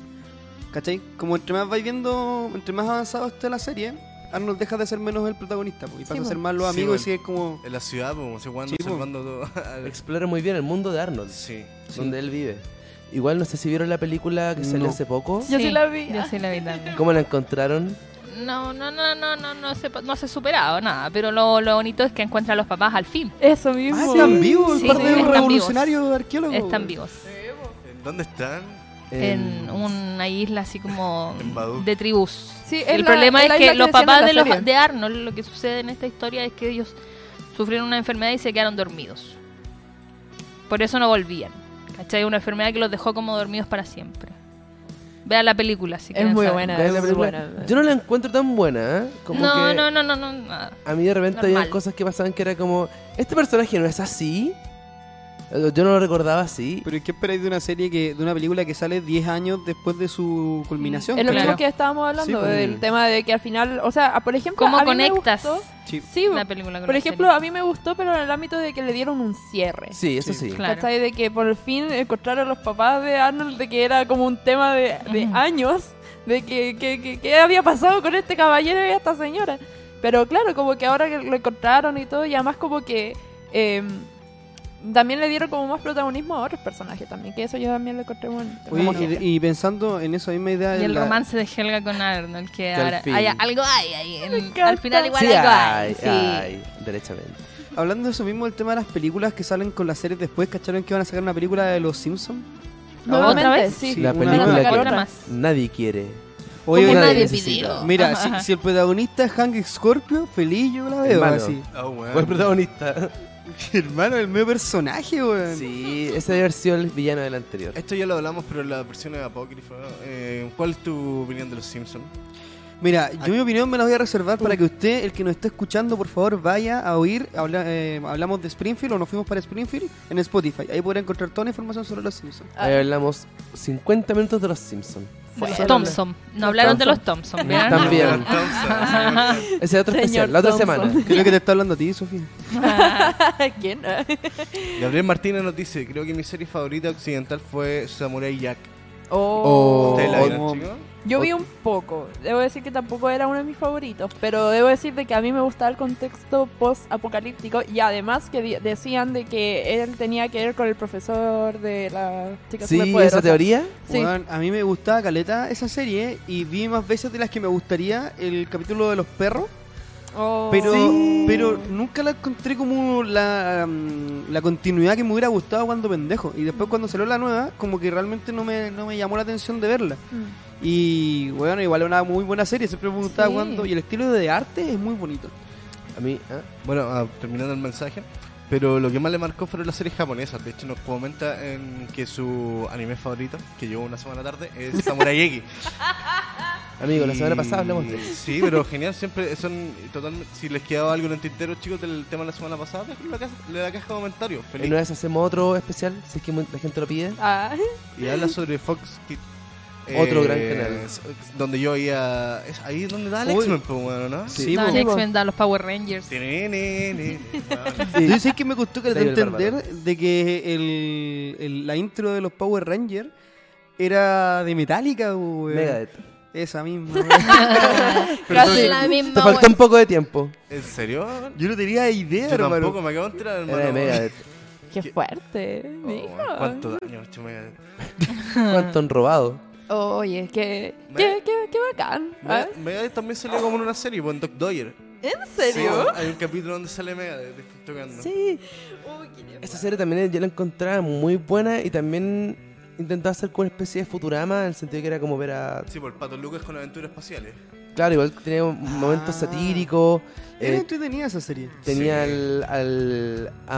S5: ¿Cachai? Como entre más vais viendo, entre más avanzado esté la serie, Arnold deja de ser menos el protagonista po, y pasa
S4: po.
S5: a ser más los
S2: Sí,
S5: amigos
S2: po.
S5: y sigue como...
S2: En la ciudad, como se cuando
S5: Sí, po.
S2: observando todo. [laughs] al-
S3: Explora muy bien el mundo de Arnold,
S2: Sí.
S3: donde él vive. Igual no sé si vieron la película que salió
S5: No.
S3: hace poco.
S4: Yo sí la vi.
S6: Yo sí la vi también.
S3: ¿Cómo la encontraron?
S6: No, no, no, no, no, no se, no se ha superado nada. Pero lo, lo bonito es que encuentra a los papás al fin.
S4: Eso mismo.
S5: Ah, están vivos, el
S6: Sí,
S5: par de
S6: están
S5: revolucionarios arqueólogos.
S6: Están vivos.
S2: ¿En ¿Dónde están?
S6: En una isla así como
S2: En Badoo.
S6: de tribus.
S4: Sí, es
S6: El
S4: la-
S6: problema
S4: es
S6: es
S4: la
S6: que
S4: isla
S6: los
S4: decían en
S6: papás
S4: la
S6: de,
S4: serie.
S6: los, de Arnold, lo que sucede en esta historia es que ellos sufrieron una enfermedad y se quedaron dormidos. Por eso no volvían. ¿Cachai? Una enfermedad que los dejó como dormidos para siempre. Vean la película, si
S4: Es
S6: quieren
S4: muy
S6: saber.
S4: buena,
S3: ¿Ven
S4: es
S3: la
S4: muy
S3: película?
S4: buena.
S3: Yo no la encuentro tan buena, ¿eh? Como
S6: No,
S3: que
S6: no, no, no, no, nada.
S3: A mí de repente
S6: Normal.
S3: había cosas que pasaban que era como, este personaje no es así. Eh, Yo no lo recordaba así.
S5: Pero ¿qué esperáis de una serie, que de una película que sale 10 años después de su culminación?
S4: Es lo
S5: ¿cachai?
S4: mismo
S6: Claro.
S4: que estábamos hablando
S5: Sí, pues.
S4: del tema de que al final, o sea, por ejemplo, a
S6: ¿Cómo
S4: mí me
S6: conectas
S4: gustó-
S5: Sí.
S4: sí,
S6: la película con
S4: por
S6: la
S4: ejemplo,
S6: serie?
S4: a mí me gustó, pero en el ámbito de que le dieron un cierre.
S3: Sí, eso sí.
S6: Claro.
S4: ¿Cachai? De que por fin encontraron los papás de Arnold, de que era como un tema de, de
S6: Ujú.
S4: años, de que, que- que- qué había pasado con este caballero y esta señora. Pero claro, como que ahora que lo encontraron y todo, y además como que eh, también le dieron como más protagonismo a otros personajes también, que eso yo también lo encontré bueno.
S5: Oye, y, y pensando en esa misma idea...
S6: Y
S5: en
S6: el
S5: la-
S6: romance de Helga con Arnold, que,
S3: al
S6: ahora
S3: fin.
S6: hay- algo hay ahí. en-
S4: encanta.
S6: al final igual
S3: Sí,
S6: algo
S3: ay,
S6: hay. sí.
S3: ay, derechamente.
S5: Hablando de eso mismo, el tema de las películas que salen con las series después, ¿cacharon que van a sacar una película de Los Simpsons?
S6: ¿Otra
S4: Nuevamente,
S6: vez?
S4: sí. [laughs]
S5: Sí,
S3: la
S5: una-
S6: Van a
S3: película
S6: sacar
S3: que
S6: otra más.
S3: nadie quiere.
S5: Oye,
S6: como
S5: una-
S6: nadie
S3: necesita.
S6: pidió.
S5: Mira,
S6: Ajá,
S5: si,
S6: ajá. [laughs]
S5: si el protagonista es Hank Scorpio, feliz yo la veo
S3: Hermano.
S5: así.
S2: Ah, weón.
S3: Buen protagonista.
S5: [laughs] Hermano, el medio personaje, weón.
S3: Sí, ese debe haber sido el villano del anterior.
S2: Esto ya lo hablamos, pero en la versión apócrifa. eh, ¿Cuál es tu opinión de los Simpsons?
S5: Mira, yo mi opinión me la voy a reservar
S6: Uh.
S5: para que usted, el que nos esté escuchando, por favor vaya a oír. habla- eh, hablamos de Springfield o nos fuimos para Springfield en Spotify. Ahí podrá encontrar toda la información sobre los Simpsons.
S3: Ahí hablamos 50 minutos de los Simpsons.
S6: Los
S4: Bueno.
S6: Thompson. No hablaron de los Thompson, ¿verdad?
S5: Ah,
S3: También.
S2: Los
S6: [laughs]
S2: Thompson, sí.
S3: Ese es otro
S4: Señor
S3: especial, la otra
S4: Thompson. [laughs]
S3: semana.
S5: Creo que te está hablando a ti, Sofía.
S4: ¿Quién?
S2: Gabriel Martínez nos dice: Creo que mi serie favorita occidental fue Samurai Jack.
S4: Oh.
S2: ¿Ustedes la
S5: Oh.
S2: vieron, chicos?
S4: Yo vi un poco. Debo decir que tampoco era uno de mis favoritos, pero debo decir de que a mí me gustaba el contexto post-apocalíptico y además que di- decían de que él tenía que ver con el profesor de la chica
S3: Sí,
S4: superpoderosa.
S3: esa teoría.
S4: Sí.
S5: Weón, a mí me gustaba Caleta esa serie y vi más veces de las que me gustaría el capítulo de los perros.
S4: Oh.
S5: Pero, pero nunca la encontré como la, mm, la continuidad que me hubiera gustado cuando pendejo. Y después cuando salió la nueva, como que realmente no me, no me llamó la atención de verla.
S4: Mm.
S5: Y bueno, igual es una muy buena serie, siempre me gustaba
S4: Sí.
S5: cuando... Y el estilo de arte es muy bonito.
S3: A mí, ¿ah?
S2: Bueno, ah, terminando el mensaje. Pero lo que más le marcó fueron las series japonesas. De hecho, nos comenta en que su anime favorito, que llegó una semana tarde,
S3: [laughs]
S2: es Samurai X.
S3: amigo, la
S2: Y-
S3: semana pasada hablamos de
S2: Sí,
S3: [laughs]
S2: pero genial, siempre son totalmente... Si les quedaba algo en el tintero, chicos, del tema de la semana pasada, déjenlo en la caja, en la caja de comentarios.
S3: En
S2: Feliz.
S3: una vez hacemos otro especial, si es que mu- la gente lo pide.
S4: [laughs] Ah,
S2: Y habla sobre Fox Kids.
S3: Otro gran canal.
S2: es- Donde yo iba... es ahí donde da
S5: Uy.
S2: Alex, bueno, ¿no?
S5: Sí,
S6: No,
S5: po.
S6: el
S4: pues.
S6: X-Men da los Power Rangers.
S3: [laughs]
S2: Tenenenene, bueno.
S5: Yo sé que me costó que
S3: Daniel
S5: entender de que el, el- la intro de los Power Rangers era de Metallica, weón.
S3: Megadeth.
S5: Esa misma. weón.
S6: Casi la
S3: Te
S6: misma
S3: faltó un poco de tiempo.
S2: ¿En serio?
S5: Yo no tenía idea,
S2: Yo
S5: hermano.
S2: tampoco, me acabo de entrar, hermano.
S3: Era de [laughs] Megadeth.
S4: qué
S2: ¿Qué?
S4: fuerte,
S2: Oh,
S4: mijo.
S2: ¿Cuánto daño? Yo me-
S3: ¿Cuánto han robado?
S4: Oye, qué,
S2: Me-
S4: qué, qué, qué bacán. Ah,
S2: Me- Megadeth también salió como en una serie, pues, en Doc Doyer.
S4: ¿En
S2: Sí, pues,
S4: serio?
S2: hay un capítulo donde sale Megadeth están tocando.
S3: Sí. Esa serie también yo la encontraba muy buena y también intentaba hacer como una especie de Futurama en el sentido que era como ver a.
S2: Sí, por el Pato Lucas con aventuras espaciales.
S3: Claro, igual tenía un momento
S5: Ah.
S3: satírico.
S5: Era
S3: eh,
S5: entretenida esa serie.
S3: tenía
S2: Sí.
S3: al, al- a,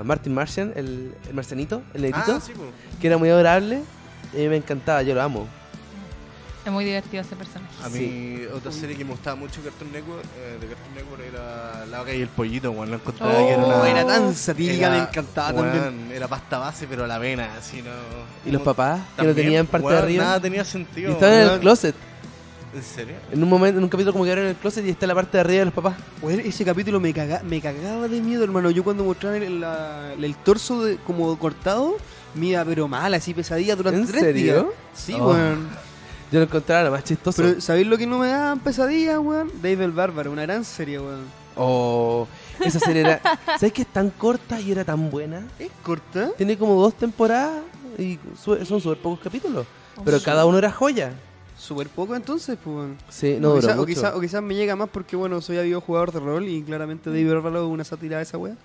S3: a Martin Martian, el, el marcianito, el negrito,
S2: Ah, sí, pues.
S3: que era muy adorable. Y a mí me encantaba, yo lo amo.
S6: Es muy divertido ese personaje.
S2: [laughs] A mí, otra serie que me gustaba mucho Cartoon Network, eh, de Cartoon Network era La Vaca y el Pollito, weón. La encontraba que era
S5: Oh,
S2: una.
S5: era tan satírica,
S2: era-
S5: me encantaba
S2: weón,
S5: también.
S2: Era pasta base, pero a la vena, así no.
S3: Y los
S2: no-
S3: papás, que no
S2: también,
S3: tenían parte de
S2: weón,
S3: arriba.
S2: Nada tenía
S3: y
S2: sentido.
S3: estaban en el
S2: weón.
S3: closet.
S2: ¿En serio?
S3: En un momento, en un capítulo como que abrieron el closet y está la parte de arriba de los papás.
S5: Weón, ese capítulo me, caga- me cagaba de miedo, hermano. Yo cuando mostraban el, la- el torso de- como cortado, mira, pero mal, así pesadilla durante
S3: ¿En
S5: tres
S3: serio?
S5: días. Sí,
S3: Oh.
S5: weón.
S3: Yo lo encontraba lo más chistoso.
S5: Pero ¿sabéis lo que no me daban pesadillas, weón? Dave el Bárbaro, una gran serie, weón.
S3: Oh, esa serie era. ¿Sabes que es tan corta y era tan buena?
S5: ¿Es corta?
S3: Tiene como dos temporadas y su- son súper pocos capítulos.
S4: Oh,
S3: Pero cada uno era joya.
S5: Súper poco entonces, pues, weón.
S3: Sí, no
S5: o,
S3: duró
S5: quizá- o
S3: mucho.
S5: quizá- o quizás me llega más porque, bueno, soy habido jugador de rol y claramente Dave el Bárbaro es una sátira de esa weón.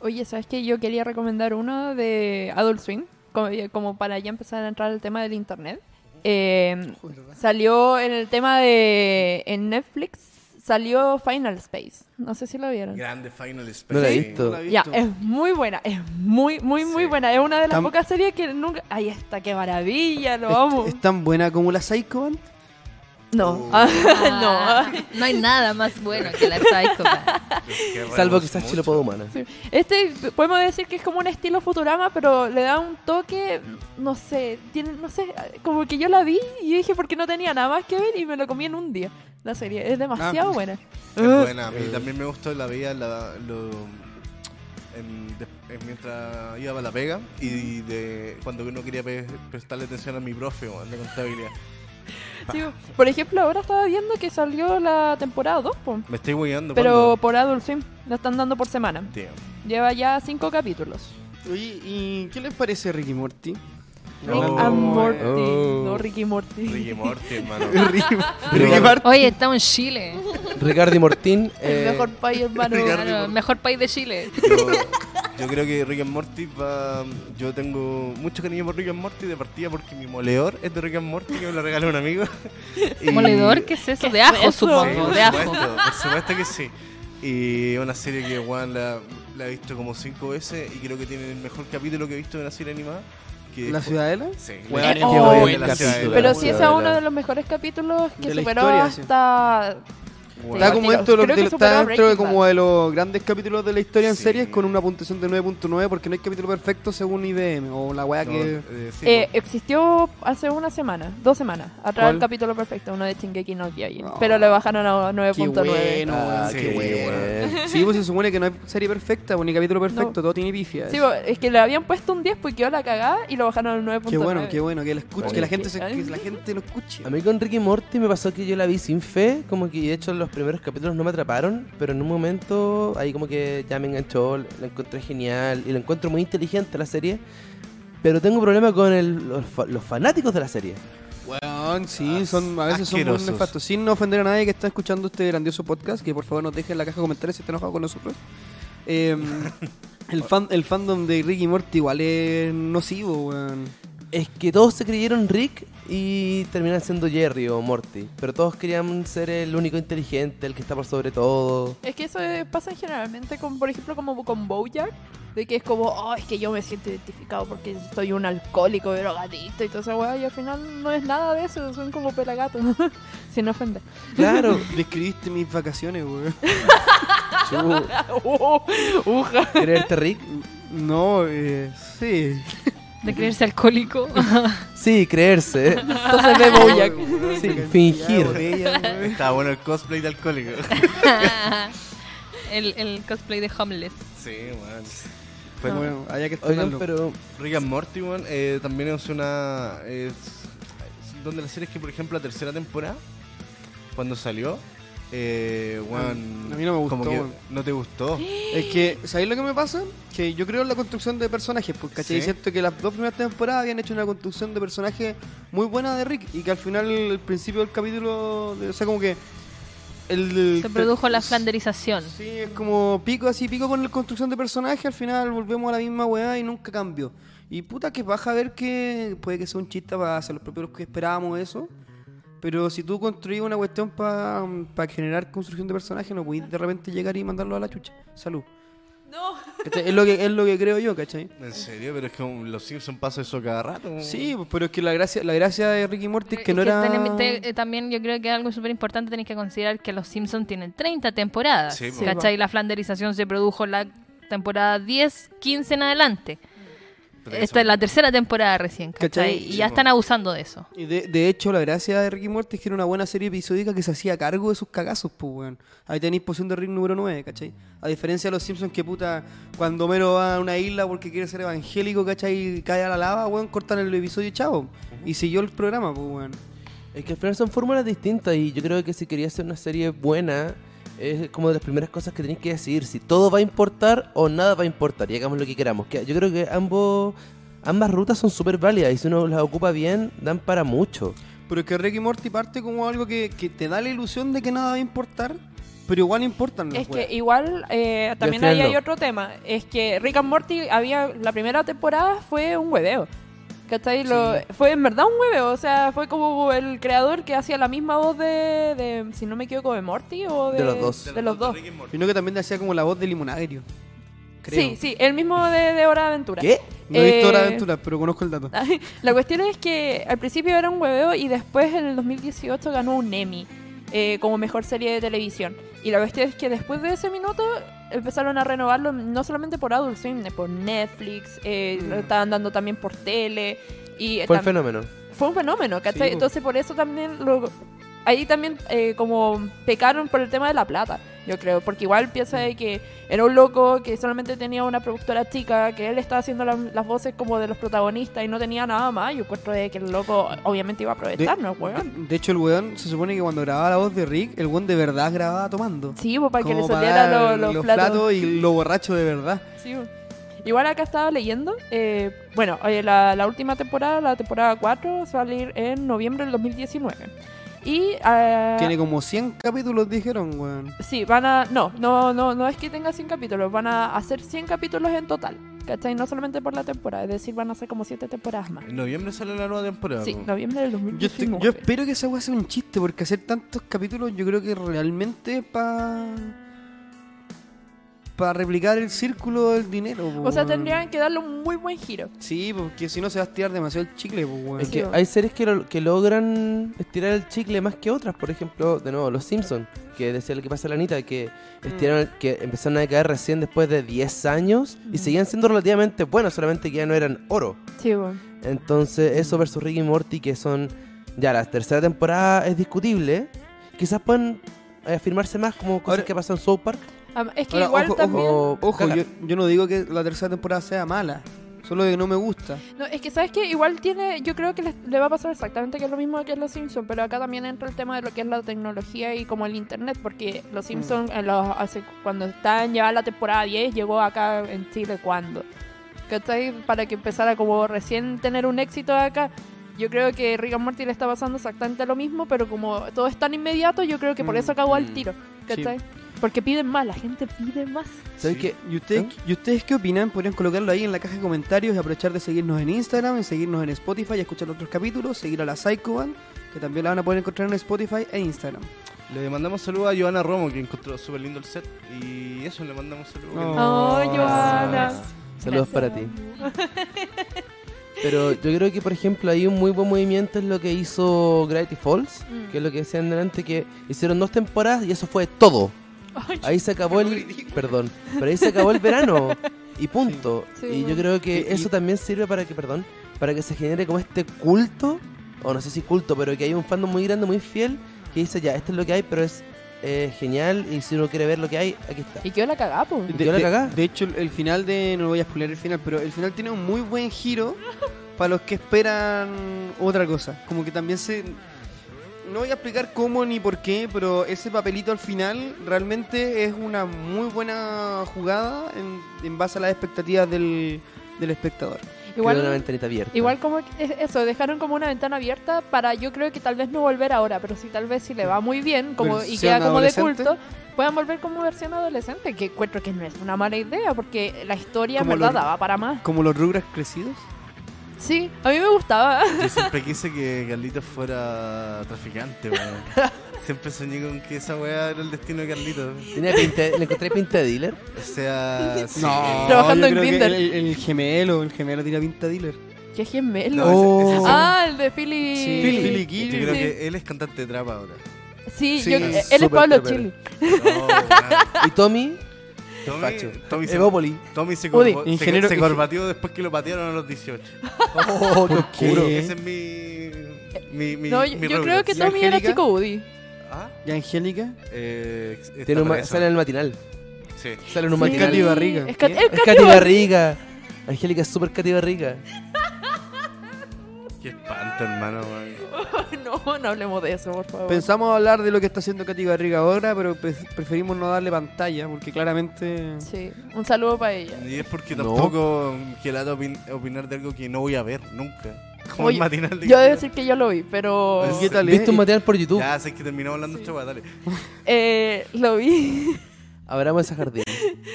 S4: Oye, ¿sabes qué? Yo quería recomendar uno de Adult Swim, como, eh, como para ya empezar a entrar al tema del internet. Eh, salió en el tema de... en Netflix, salió Final Space. No sé si lo vieron.
S2: Grande Final Space.
S3: No la he visto.
S4: Ya, es muy buena, es muy, muy, muy
S2: Sí.
S4: buena. Es una de las
S5: Tam-
S4: pocas series que nunca... Ahí está, qué maravilla, lo
S5: Es-
S4: amo.
S5: Es, tan buena como la Psycho Band.
S4: No,
S2: Oh.
S6: Ah,
S4: no.
S6: No hay nada más bueno que la Psycho. Band.
S2: Qué
S3: [laughs] Salvo
S2: raro,
S3: quizás
S2: mucho.
S3: Chilopo Humana.
S4: Sí. Este podemos decir que es como un estilo Futurama, pero le da un toque, no sé, tiene, no sé, como que yo la vi y dije porque no tenía nada más que ver y me lo comí en un día. La serie es demasiado
S5: Ah.
S4: buena.
S2: Es buena, a mí
S3: Eh.
S2: también me gustó la vida la, lo, en- de- en mientras iba a la pega y de, cuando uno quería pe- prestarle atención a mi profe weón, de contabilidad.
S4: Sí, por ejemplo, ahora estaba viendo que salió la temporada 2, po,
S2: Me estoy guiando,
S4: pero por Adult Swim, la están dando por semana.
S2: Tío,
S4: Lleva ya cinco capítulos.
S5: Oye, ¿y qué les parece Ricky Morty?
S4: Rick
S2: Oh.
S4: and Morty,
S3: Oh.
S4: no Ricky Morty.
S2: Ricky Morty, hermano.
S5: Ricky
S3: Ricardo-
S5: Martin.
S6: Oye, estamos en Chile.
S3: Ricardo y Mortín.
S4: [laughs] El
S3: eh,
S4: mejor país hermano.
S6: Claro, el mejor país de Chile.
S2: Yo, Yo creo que Rick and Morty va. Yo tengo mucho cariño por Rick and Morty de partida porque mi moledor es de Rick and Morty que me lo regaló un amigo. Y-
S6: ¿Moledor? ¿Qué es eso?
S4: ¿Qué
S6: De
S4: es
S6: ajo,
S4: eso?
S2: Sí,
S6: supongo.
S2: por
S6: de ajo.
S2: supuesto, por supuesto que sí. Y una serie que Juan la, la he visto como cinco veces y creo que tiene el mejor capítulo que he visto de una serie animada. Que
S5: ¿La
S2: es-
S5: ciudadela?
S2: Sí,
S3: Weón,
S2: la-
S4: es
S5: Oh,
S2: la
S4: muy
S2: ciudadela,
S3: buen
S2: la
S3: capítulo.
S2: ciudadela.
S4: Pero sí, ese es
S3: Bueno.
S4: uno de los mejores capítulos que
S5: De la
S4: superó
S5: historia, sí.
S4: hasta.
S5: Está como
S4: Digo,
S5: dentro, de lo-
S4: creo
S5: de
S4: que
S5: lo-
S4: superó
S5: está
S4: a
S5: dentro de
S4: Breaking
S5: como de los grandes capítulos de la historia en
S2: Sí.
S5: series con una puntuación de 9.9 porque no hay capítulo perfecto según IBM o la weá
S2: No,
S5: que...
S2: eh, sí,
S4: Eh, existió hace una semana, dos semanas, atrás
S5: ¿Cuál?
S4: del capítulo perfecto, uno de Shingeki no Kyojin,
S5: Ah,
S4: pero le bajaron a 9.9.
S5: bueno,
S3: Ah,
S5: weón,
S2: sí,
S3: qué bueno.
S5: Sí, pues se supone que no hay serie perfecta, pues, ni capítulo perfecto, todo tiene pifia.
S4: Sí, pues,
S5: eso.
S4: bo- es que le habían puesto un 10 porque quedó la cagada y lo bajaron al 9.9.
S5: Qué bueno, qué bueno, que la, escuche,
S3: Oye,
S5: que la gente se-
S4: qué-
S5: que la gente lo escuche.
S3: A mí con Ricky Morty me pasó que yo la vi sin fe, como que de hecho los primeros capítulos no me atraparon, pero en un momento ahí como que ya me enganchó, la encontré genial y la encuentro muy inteligente la serie, pero tengo problema con el- los, fa- los fanáticos de la serie.
S5: Weón, sí, son, a veces son muy
S2: Asquerosos.
S5: nefastos. Sin ofender a nadie que está escuchando este grandioso podcast, que por favor nos deje en la caja de comentarios si está enojado con nosotros. Eh, el, fan, el fandom de Ricky Morty igual es nocivo, weón.
S3: Es que todos se creyeron Rick y terminan siendo Jerry o Morty, pero todos querían ser el único inteligente, el que está por sobre todo.
S4: Es que eso eh, pasa generalmente con, por ejemplo, como con Bojack, de que es como, oh, es que yo me siento identificado porque soy un alcohólico, drogadicto y toda esa weá, y al final no es nada de eso, son como pelagatos, [laughs] sin [laughs] ofender.
S5: [laughs]
S3: Claro,
S5: Describiste mis vacaciones, weón.
S3: chu,
S4: Oh, uja.
S3: creerte Rick.
S5: No, eh, sí.
S6: De creerse alcohólico. [laughs]
S3: Sí, creerse. ¿eh?
S4: Entonces ve Bojack.
S5: Weón, [laughs]
S3: Sí,
S5: la cantidad de
S3: fingir.
S5: botellas, weón.
S2: Estaba bueno el cosplay de alcohólico.
S6: el, el cosplay de homeless.
S2: sí, weón.
S5: Pero bueno, había que
S3: Oigan,
S5: estrenarlo.
S3: pero
S2: Rick and Morty, weón, eh, también es una. Es, es donde las series que, por ejemplo, la tercera temporada, cuando salió, eh, weón,
S5: A mí no me gustó,
S2: Como que
S5: weón.
S2: no te gustó.
S5: Es que, ¿sabéis lo que me pasa? Que yo creo en la construcción de personajes, porque ¿cachai?
S2: Sí.
S5: Siento que las dos primeras temporadas habían hecho una construcción de personajes muy buena de Rick y que al final, el principio del capítulo, de- o sea, como que. El,
S6: Se produjo la
S5: Sí,
S6: flanderización.
S5: Sí, es como pico así, pico con la construcción de personaje, al final volvemos a la misma weá y nunca cambió. Y puta que baja a ver que puede que sea un chiste para hacer los propios que esperábamos eso. Pero si tú construís una cuestión para generar construcción de personaje, no puedes de repente llegar y mandarlo a la chucha. Salud.
S4: No.
S5: ¿Cachai? Es lo que, es lo que creo yo, ¿cachai?
S2: En serio, pero es que um, los Simpsons pasa eso cada rato.
S5: Sí, pues, pero es que la gracia, la gracia de Ricky Morty es que no
S6: Es
S5: era.
S6: tenem- te- eh, también yo creo que algo súper importante tenéis que considerar que los Simpsons tienen 30 temporadas.
S2: Sí, po.
S6: ¿Cachai? La flanderización se produjo en la temporada 10, 15 en adelante.
S2: Pero eso-
S6: Esta es la tercera temporada recién, ¿cachai?
S5: ¿Cachai?
S6: Y
S5: Sí,
S6: ya
S2: po.
S6: están abusando de eso.
S5: Y de, de hecho, la gracia de Ricky Morty es que era una buena serie episódica que se hacía cargo de sus cagazos, pues, weón. Ahí tenéis poción de Rick número 9, ¿cachai? A diferencia de los Simpsons, que puta, cuando Homero va a una isla porque quiere ser evangélico, ¿cachai? Y cae a la lava, weón, cortan el episodio y chavo. Y siguió el programa, pues, weón.
S3: Es que al final son fórmulas distintas y yo creo que si quería hacer una serie buena, es como de las primeras cosas que tenéis que decidir, si todo va a importar o nada va a importar, y hagamos lo que queramos. Que yo creo que ambos, ambas rutas son súper válidas y si uno las ocupa bien, dan para mucho.
S5: Pero es que Ricky Morty parte como algo que, que te da la ilusión de que nada va a importar, pero igual importan las
S4: Es que
S5: weas.
S4: igual eh, también
S3: al
S4: ahí
S3: final
S4: hay
S3: no.
S4: otro tema. Es que Rick and Morty había la primera temporada fue un hueveo. ¿Cachai? Lo, fue en verdad un hueveo. O sea, fue como el creador que hacía la misma voz de, de, si no me equivoco, de Morty o de,
S3: De los dos.
S4: De los dos.
S2: Rick and Morty.
S5: Sino que también te hacía como la voz de Limonagrio. Creo.
S4: Sí, sí, el mismo de, de Hora de Aventura.
S3: ¿Qué?
S5: No he visto
S4: Eh,
S5: la aventura, pero conozco el dato.
S4: La cuestión es que al principio era un hueveo y después en el 2018 ganó un Emmy eh, como mejor serie de televisión. Y la cuestión es que después de ese minuto empezaron a renovarlo no solamente por Adult Swim, por Netflix, eh, lo estaban dando también por tele. Y eh,
S3: Mm. Fue el
S4: tam-
S3: fenómeno.
S4: fue un fenómeno, ¿cachai?
S5: po.
S4: Entonces por eso también lo- Ahí también eh, como pecaron por el tema de la plata, yo creo, porque igual piensa de que era un loco que solamente tenía una productora chica, que él estaba haciendo la- las voces como de los protagonistas y no tenía nada más. Yo encuentro de que el loco obviamente iba a aprovechar, ¿no, weón?
S5: De hecho, el weón se supone que cuando grababa la voz de Rick, el weón de verdad grababa tomando.
S4: Sí, pues, para que
S5: Como
S4: le
S5: para
S4: saliera lo-
S5: dar
S4: los, platos.
S5: y lo borracho de verdad.
S4: Sí, pues. Igual acá estaba leyendo, eh, bueno, eh, la, la última temporada, la temporada 4, se va a salir en noviembre del 2019. Y ah,
S5: Tiene como 100 capítulos, dijeron, weón.
S4: Sí, van a. No, no, no, no es que tenga 100 capítulos, van a hacer 100 capítulos en total. ¿Cachai? No solamente por la temporada, es decir, van a hacer como 7 temporadas más.
S2: En noviembre sale la nueva temporada.
S4: Sí,
S2: po.
S4: noviembre del
S5: Yo, estoy-
S4: 2019.
S5: yo espero que esa weá sea un chiste, porque hacer tantos capítulos yo creo que realmente para para replicar el círculo del dinero. po,
S4: O sea,
S5: weón.
S4: tendrían que darle un muy buen giro.
S5: Sí, porque si no se va a estirar demasiado el chicle, po, weón.
S3: Es
S4: Sí,
S3: que
S4: bueno.
S3: hay series que, lo- que logran estirar el chicle más que otras. Por ejemplo, de nuevo, Los Simpsons, que decía lo que pasa a la Anita, que,
S4: Mm.
S3: estiraron, el- que empezaron a decaer recién después de 10 años
S4: Mm.
S3: y seguían siendo relativamente buenos, solamente que ya no eran oro.
S4: Sí, bueno.
S3: Entonces, eso versus Rick y Morty, que son. Ya, la tercera temporada es discutible. Quizás puedan eh, afirmarse más como cosas
S5: Ahora-
S3: que pasan en South Park.
S4: Am- Es que
S5: Ahora,
S4: igual
S5: ojo,
S4: también.
S3: O,
S5: Ojo,
S3: cagar.
S5: yo, yo no digo que la tercera temporada sea mala, solo que no me gusta.
S4: No, es que sabes que igual tiene, yo creo que les- le va a pasar exactamente que es lo mismo que en Los Simpsons, pero acá también entra el tema de lo que es la tecnología y como el internet, porque Los Simpsons en los, hace, cuando estaban ya la temporada 10 llegó acá en Chile cuando. ¿Cachai? Para que empezara como recién tener un éxito acá. Yo creo que Rick and Morty le está pasando exactamente lo mismo, pero como todo es tan inmediato, yo creo que por
S5: Mm,
S4: eso acabó
S2: mm,
S4: al tiro. ¿Cachai? Porque piden más, la gente pide más.
S3: ¿Sabes
S2: Sí.
S3: qué?
S5: ¿Y ustedes, ¿Y ustedes qué opinan? Podrían colocarlo ahí en la caja de comentarios y aprovechar de seguirnos en Instagram, en seguirnos en Spotify y escuchar otros capítulos, seguir a la Psycho Band, que también la van a poder encontrar en Spotify e Instagram.
S2: Le mandamos saludos a Joana Romo, que encontró súper lindo el set. Y eso, le mandamos saludos.
S5: No.
S4: ¡Ay, Johanna!
S3: Saludos
S4: Gracias,
S3: para ti. Pero yo creo que, por ejemplo, hay un muy buen movimiento es lo que hizo Gravity Falls,
S4: Mm.
S3: que es lo que decían delante, que hicieron dos temporadas y eso fue todo.
S4: Ay,
S3: Ahí se acabó el... Perdón. Pero ahí se acabó el verano. Y punto.
S4: Sí. Sí,
S3: y yo
S4: bueno.
S3: creo que
S5: Y- y-
S3: eso también sirve para que, perdón, para que se genere como este culto, o no sé si culto, pero que hay un fandom muy grande, muy fiel, que dice, ya, esto es lo que hay, pero es eh, genial, y si uno quiere ver lo que hay, aquí está.
S4: Y quedó la cagá, po.
S3: ¿Y qué la cagá?
S5: de hecho, el- el final de... No voy a spoiler el final, pero el final tiene un muy buen giro para los que esperan otra cosa. Como que también se... No voy a explicar cómo ni por qué, pero ese papelito al final realmente es una muy buena jugada en, en base a las expectativas del, del espectador.
S3: Igual,
S4: Igual.
S3: una ventanita abierta.
S4: Igual como que- es- eso, dejaron como una ventana abierta para yo creo que tal vez no volver ahora, pero si tal vez si le va muy bien como, y
S5: Versión
S4: queda como de
S5: adolescente.
S4: culto, puedan volver como versión adolescente, que encuentro que no es una mala idea, porque la historia en
S5: Como
S4: verdad
S5: lo-
S4: daba para más.
S5: Como los rubras crecidos.
S4: Sí, a mí me gustaba. [laughs]
S2: Yo siempre quise que Carlitos fuera traficante, weón. Siempre soñé con que esa weá era el destino de Carlitos.
S3: Tenía pinta, le encontré pinta de dealer.
S2: O sea, sí.
S4: Trabajando
S5: yo
S4: en
S5: creo que
S4: Grindr.
S5: El, el gemelo, el gemelo tiene pinta dealer.
S4: ¡Qué gemelo!
S2: No, ese-
S3: Oh.
S2: ese-
S4: Ah, el de Philly.
S5: Sí.
S4: Sí,
S5: Philly
S2: Yo
S5: Gill.
S2: creo
S4: Sí.
S2: que él es cantante de trapa ahora.
S4: yo-
S5: Sí,
S4: eh, él es
S3: súper
S4: Pablo
S3: trapero.
S4: Chile.
S2: No, weón.
S3: Y Tommy,
S2: Tommy,
S3: facho.
S2: Tommy se,
S3: Evópoli.
S2: Tommy se,
S4: Udi.
S2: corvo- se-
S5: Ingeniero-
S2: se corbatió después que lo patearon a los 18.
S3: Oh, qué oscuro.
S5: ¿Qué?
S2: Ese es mi. mi, mi
S4: No, yo,
S2: mi
S4: yo creo
S2: rubro.
S4: que
S5: ¿Y
S4: Tommy era
S5: Angélica?
S4: chico Woody.
S2: Ah,
S5: ¿Y Angélica?
S2: eh, ex- está
S3: Tiene un ma-
S2: presa.
S3: sale en el matinal.
S2: Sí.
S3: Sale en un
S5: Sí.
S3: matinal.
S5: Katy Barriga. [laughs] Eh.
S4: Es Cat-
S5: ¿Qué?
S4: es
S3: Es
S4: Katy
S3: Katy
S4: Barriga.
S3: Barriga. Angélica es súper Katy Barriga.
S2: Qué espanto, hermano, weón.
S4: [laughs] No, no hablemos de eso, por favor.
S5: Pensamos hablar de lo que está haciendo Katy Barriga ahora, pero pre- preferimos no darle pantalla, porque claramente...
S4: Sí, un saludo para ella.
S2: Y es porque
S3: No.
S2: tampoco quiero opinar de algo que no voy a ver nunca. Como
S4: Oye,
S2: el matinal de
S4: Yo debo decir que yo lo vi, pero...
S2: Es
S5: ¿Qué tal, eh?
S3: ¿Viste un material por YouTube?
S2: Ya, sé que terminamos hablando de esta weá, dale.
S4: Eh, lo vi. [laughs]
S3: Abramos ese jardín.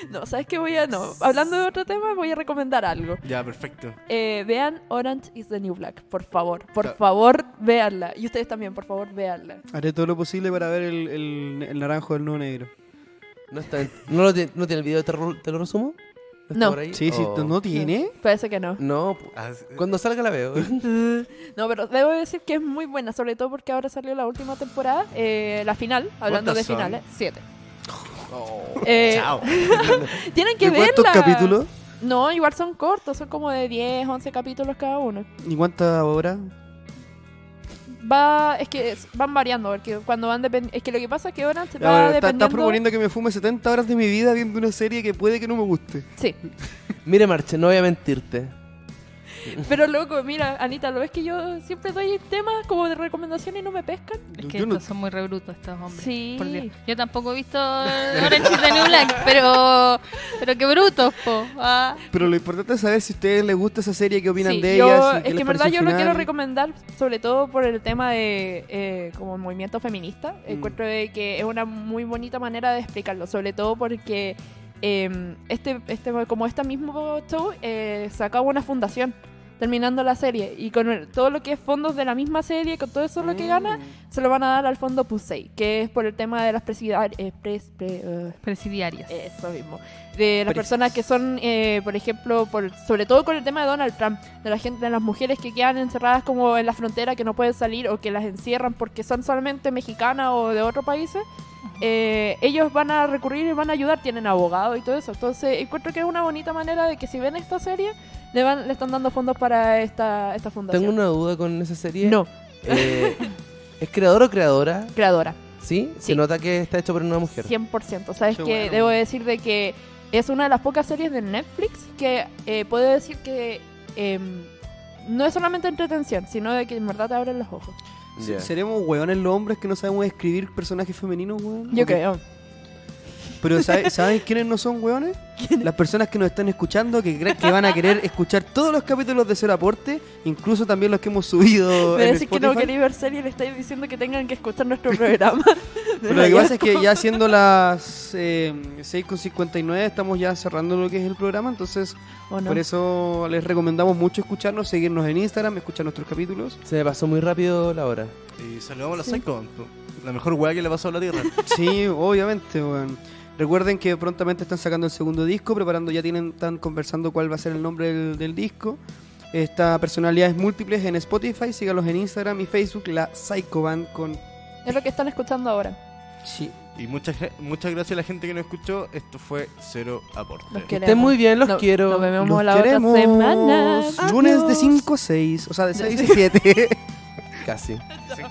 S4: No, ¿sabes qué voy a...? No, hablando de otro tema, voy a recomendar algo.
S2: Ya, perfecto.
S4: Eh, vean Orange is the New Black, por favor. Por
S2: Claro.
S4: favor, véanla. Y ustedes también, por favor, véanla.
S5: Haré todo lo posible para ver el, el- el naranjo del no negro.
S3: No, está en- ¿no, lo tiene, ¿No tiene el video de terror? ¿Te lo resumo? está
S4: No.
S3: por ahí?
S5: Sí, sí,
S3: Oh.
S5: ¿no tiene?
S4: Parece
S3: [laughs]
S4: que no.
S3: No, pu-
S2: Ah, sí.
S3: cuando salga la veo.
S4: No, pero debo decir que es muy buena, sobre todo porque ahora salió la última temporada, eh, la final, hablando de
S2: ¿Cuántas son?
S4: finales, siete.
S2: Oh,
S4: Eh,
S2: Chao.
S4: Tienen que
S5: ¿De
S4: verla.
S5: cuántos capítulos?
S4: No, igual son cortos, son como de 10, 11 capítulos cada uno.
S5: ¿Y cuántas horas?
S4: Va, es que es- van variando, porque cuando van depen- es que lo que pasa es que ahora se
S5: Ya,
S4: va
S5: bueno, está-
S4: dependiendo.
S5: estás proponiendo que me fume 70 horas de mi vida viendo una serie que puede que no me guste.
S4: Sí.
S3: Mire, Marche, no voy a mentirte.
S4: Pero loco, mira, Anita, ¿lo ves que yo siempre doy temas como de recomendaciones y no me pescan?
S6: Es que
S5: Yo no-
S6: estos son muy rebrutos estos hombres.
S4: Sí.
S6: por Dios. Yo tampoco he visto [laughs] Orange is the New Black, pero, pero qué brutos, po. Ah.
S5: Pero lo importante es saber si a ustedes les gusta esa serie, qué opinan
S4: Sí,
S5: de
S4: yo-
S5: ella. si- qué
S4: es que
S5: les
S4: en
S5: pareció
S4: verdad yo
S5: el
S4: lo quiero
S5: final.
S4: recomendar, sobre todo por el tema de eh, como el movimiento feminista.
S5: Mm.
S4: Encuentro de que es una muy bonita manera de explicarlo, sobre todo porque eh, este, este, como este mismo show eh, sacaba una fundación terminando la serie y con el- todo lo que es fondos de la misma serie, con todo eso lo que
S5: Mm.
S4: gana, se lo van a dar al fondo Pusey, que es por el tema de las eh, presidiarias.
S6: Presidiarias.
S4: Eh, Eso mismo. De las personas que son, eh, por ejemplo, por, sobre todo con el tema de Donald Trump, de la gente, de las mujeres que quedan encerradas como en la frontera, que no pueden salir o que las encierran porque son solamente mexicanas o de otros países, eh, ellos van a recurrir y van a ayudar, tienen abogados y todo eso. Entonces, encuentro que es una bonita manera de que si ven esta serie, le, van, le están dando fondos para esta, esta fundación.
S3: Tengo una duda con esa serie.
S4: No,
S3: Eh, ¿Es creador o creadora?
S4: creadora.
S3: ¿Sí?
S4: Sí.
S3: Se nota que está hecho por una mujer.
S4: 100%. Sabes
S5: Qué
S4: que
S5: bueno.
S4: debo decir de que es una de las pocas series de Netflix que eh, puedo decir que em, no es solamente entretención, sino de que en verdad te abren los ojos.
S3: Ya.
S5: ¿Seremos hueones los hombres que no sabemos escribir personajes femeninos, weón?
S4: Yo
S5: Ok.
S4: creo.
S5: Pero ¿sabe- ¿saben quiénes no son hueones? Las personas que nos están escuchando, que, cre- que van a querer escuchar todos los capítulos de Cero Aporte, incluso también los que hemos subido
S4: [laughs] Me
S5: en
S4: decís que no
S5: Spotify.
S4: queréis ver series y le estáis diciendo que tengan que escuchar nuestro programa.
S5: [laughs] Pero lo que pasa es
S4: [laughs]
S5: que ya siendo las eh, 6.59 estamos ya cerrando lo que es el programa, entonces
S4: ¿O Ah, no?
S5: por eso les recomendamos mucho escucharnos, seguirnos en Instagram, escuchar nuestros capítulos.
S3: Se me pasó muy rápido la hora.
S2: Y saludamos a los Psychons, po. la mejor weá que le pasó a la Tierra.
S5: Sí, obviamente, weón. Recuerden que prontamente están sacando el segundo disco, preparando, ya tienen, están conversando cuál va a ser el nombre del, del disco. Está personalidades múltiples en Spotify, sígalos en Instagram y Facebook, la Psycho Band con
S4: Es lo que están escuchando ahora.
S5: sí.
S2: Y muchas, gra- muchas gracias a la gente que nos escuchó. Esto fue Cero Aporte.
S4: Los
S3: Que
S4: queremos.
S3: estén muy bien, los
S4: No-
S3: quiero.
S4: Nos vemos
S5: Los
S4: la
S5: queremos.
S4: otra semana.
S5: Lunes de
S4: Adiós. [laughs]
S5: 5 a 6, o sea, de 6 a 7.
S3: Casi.
S2: Sí.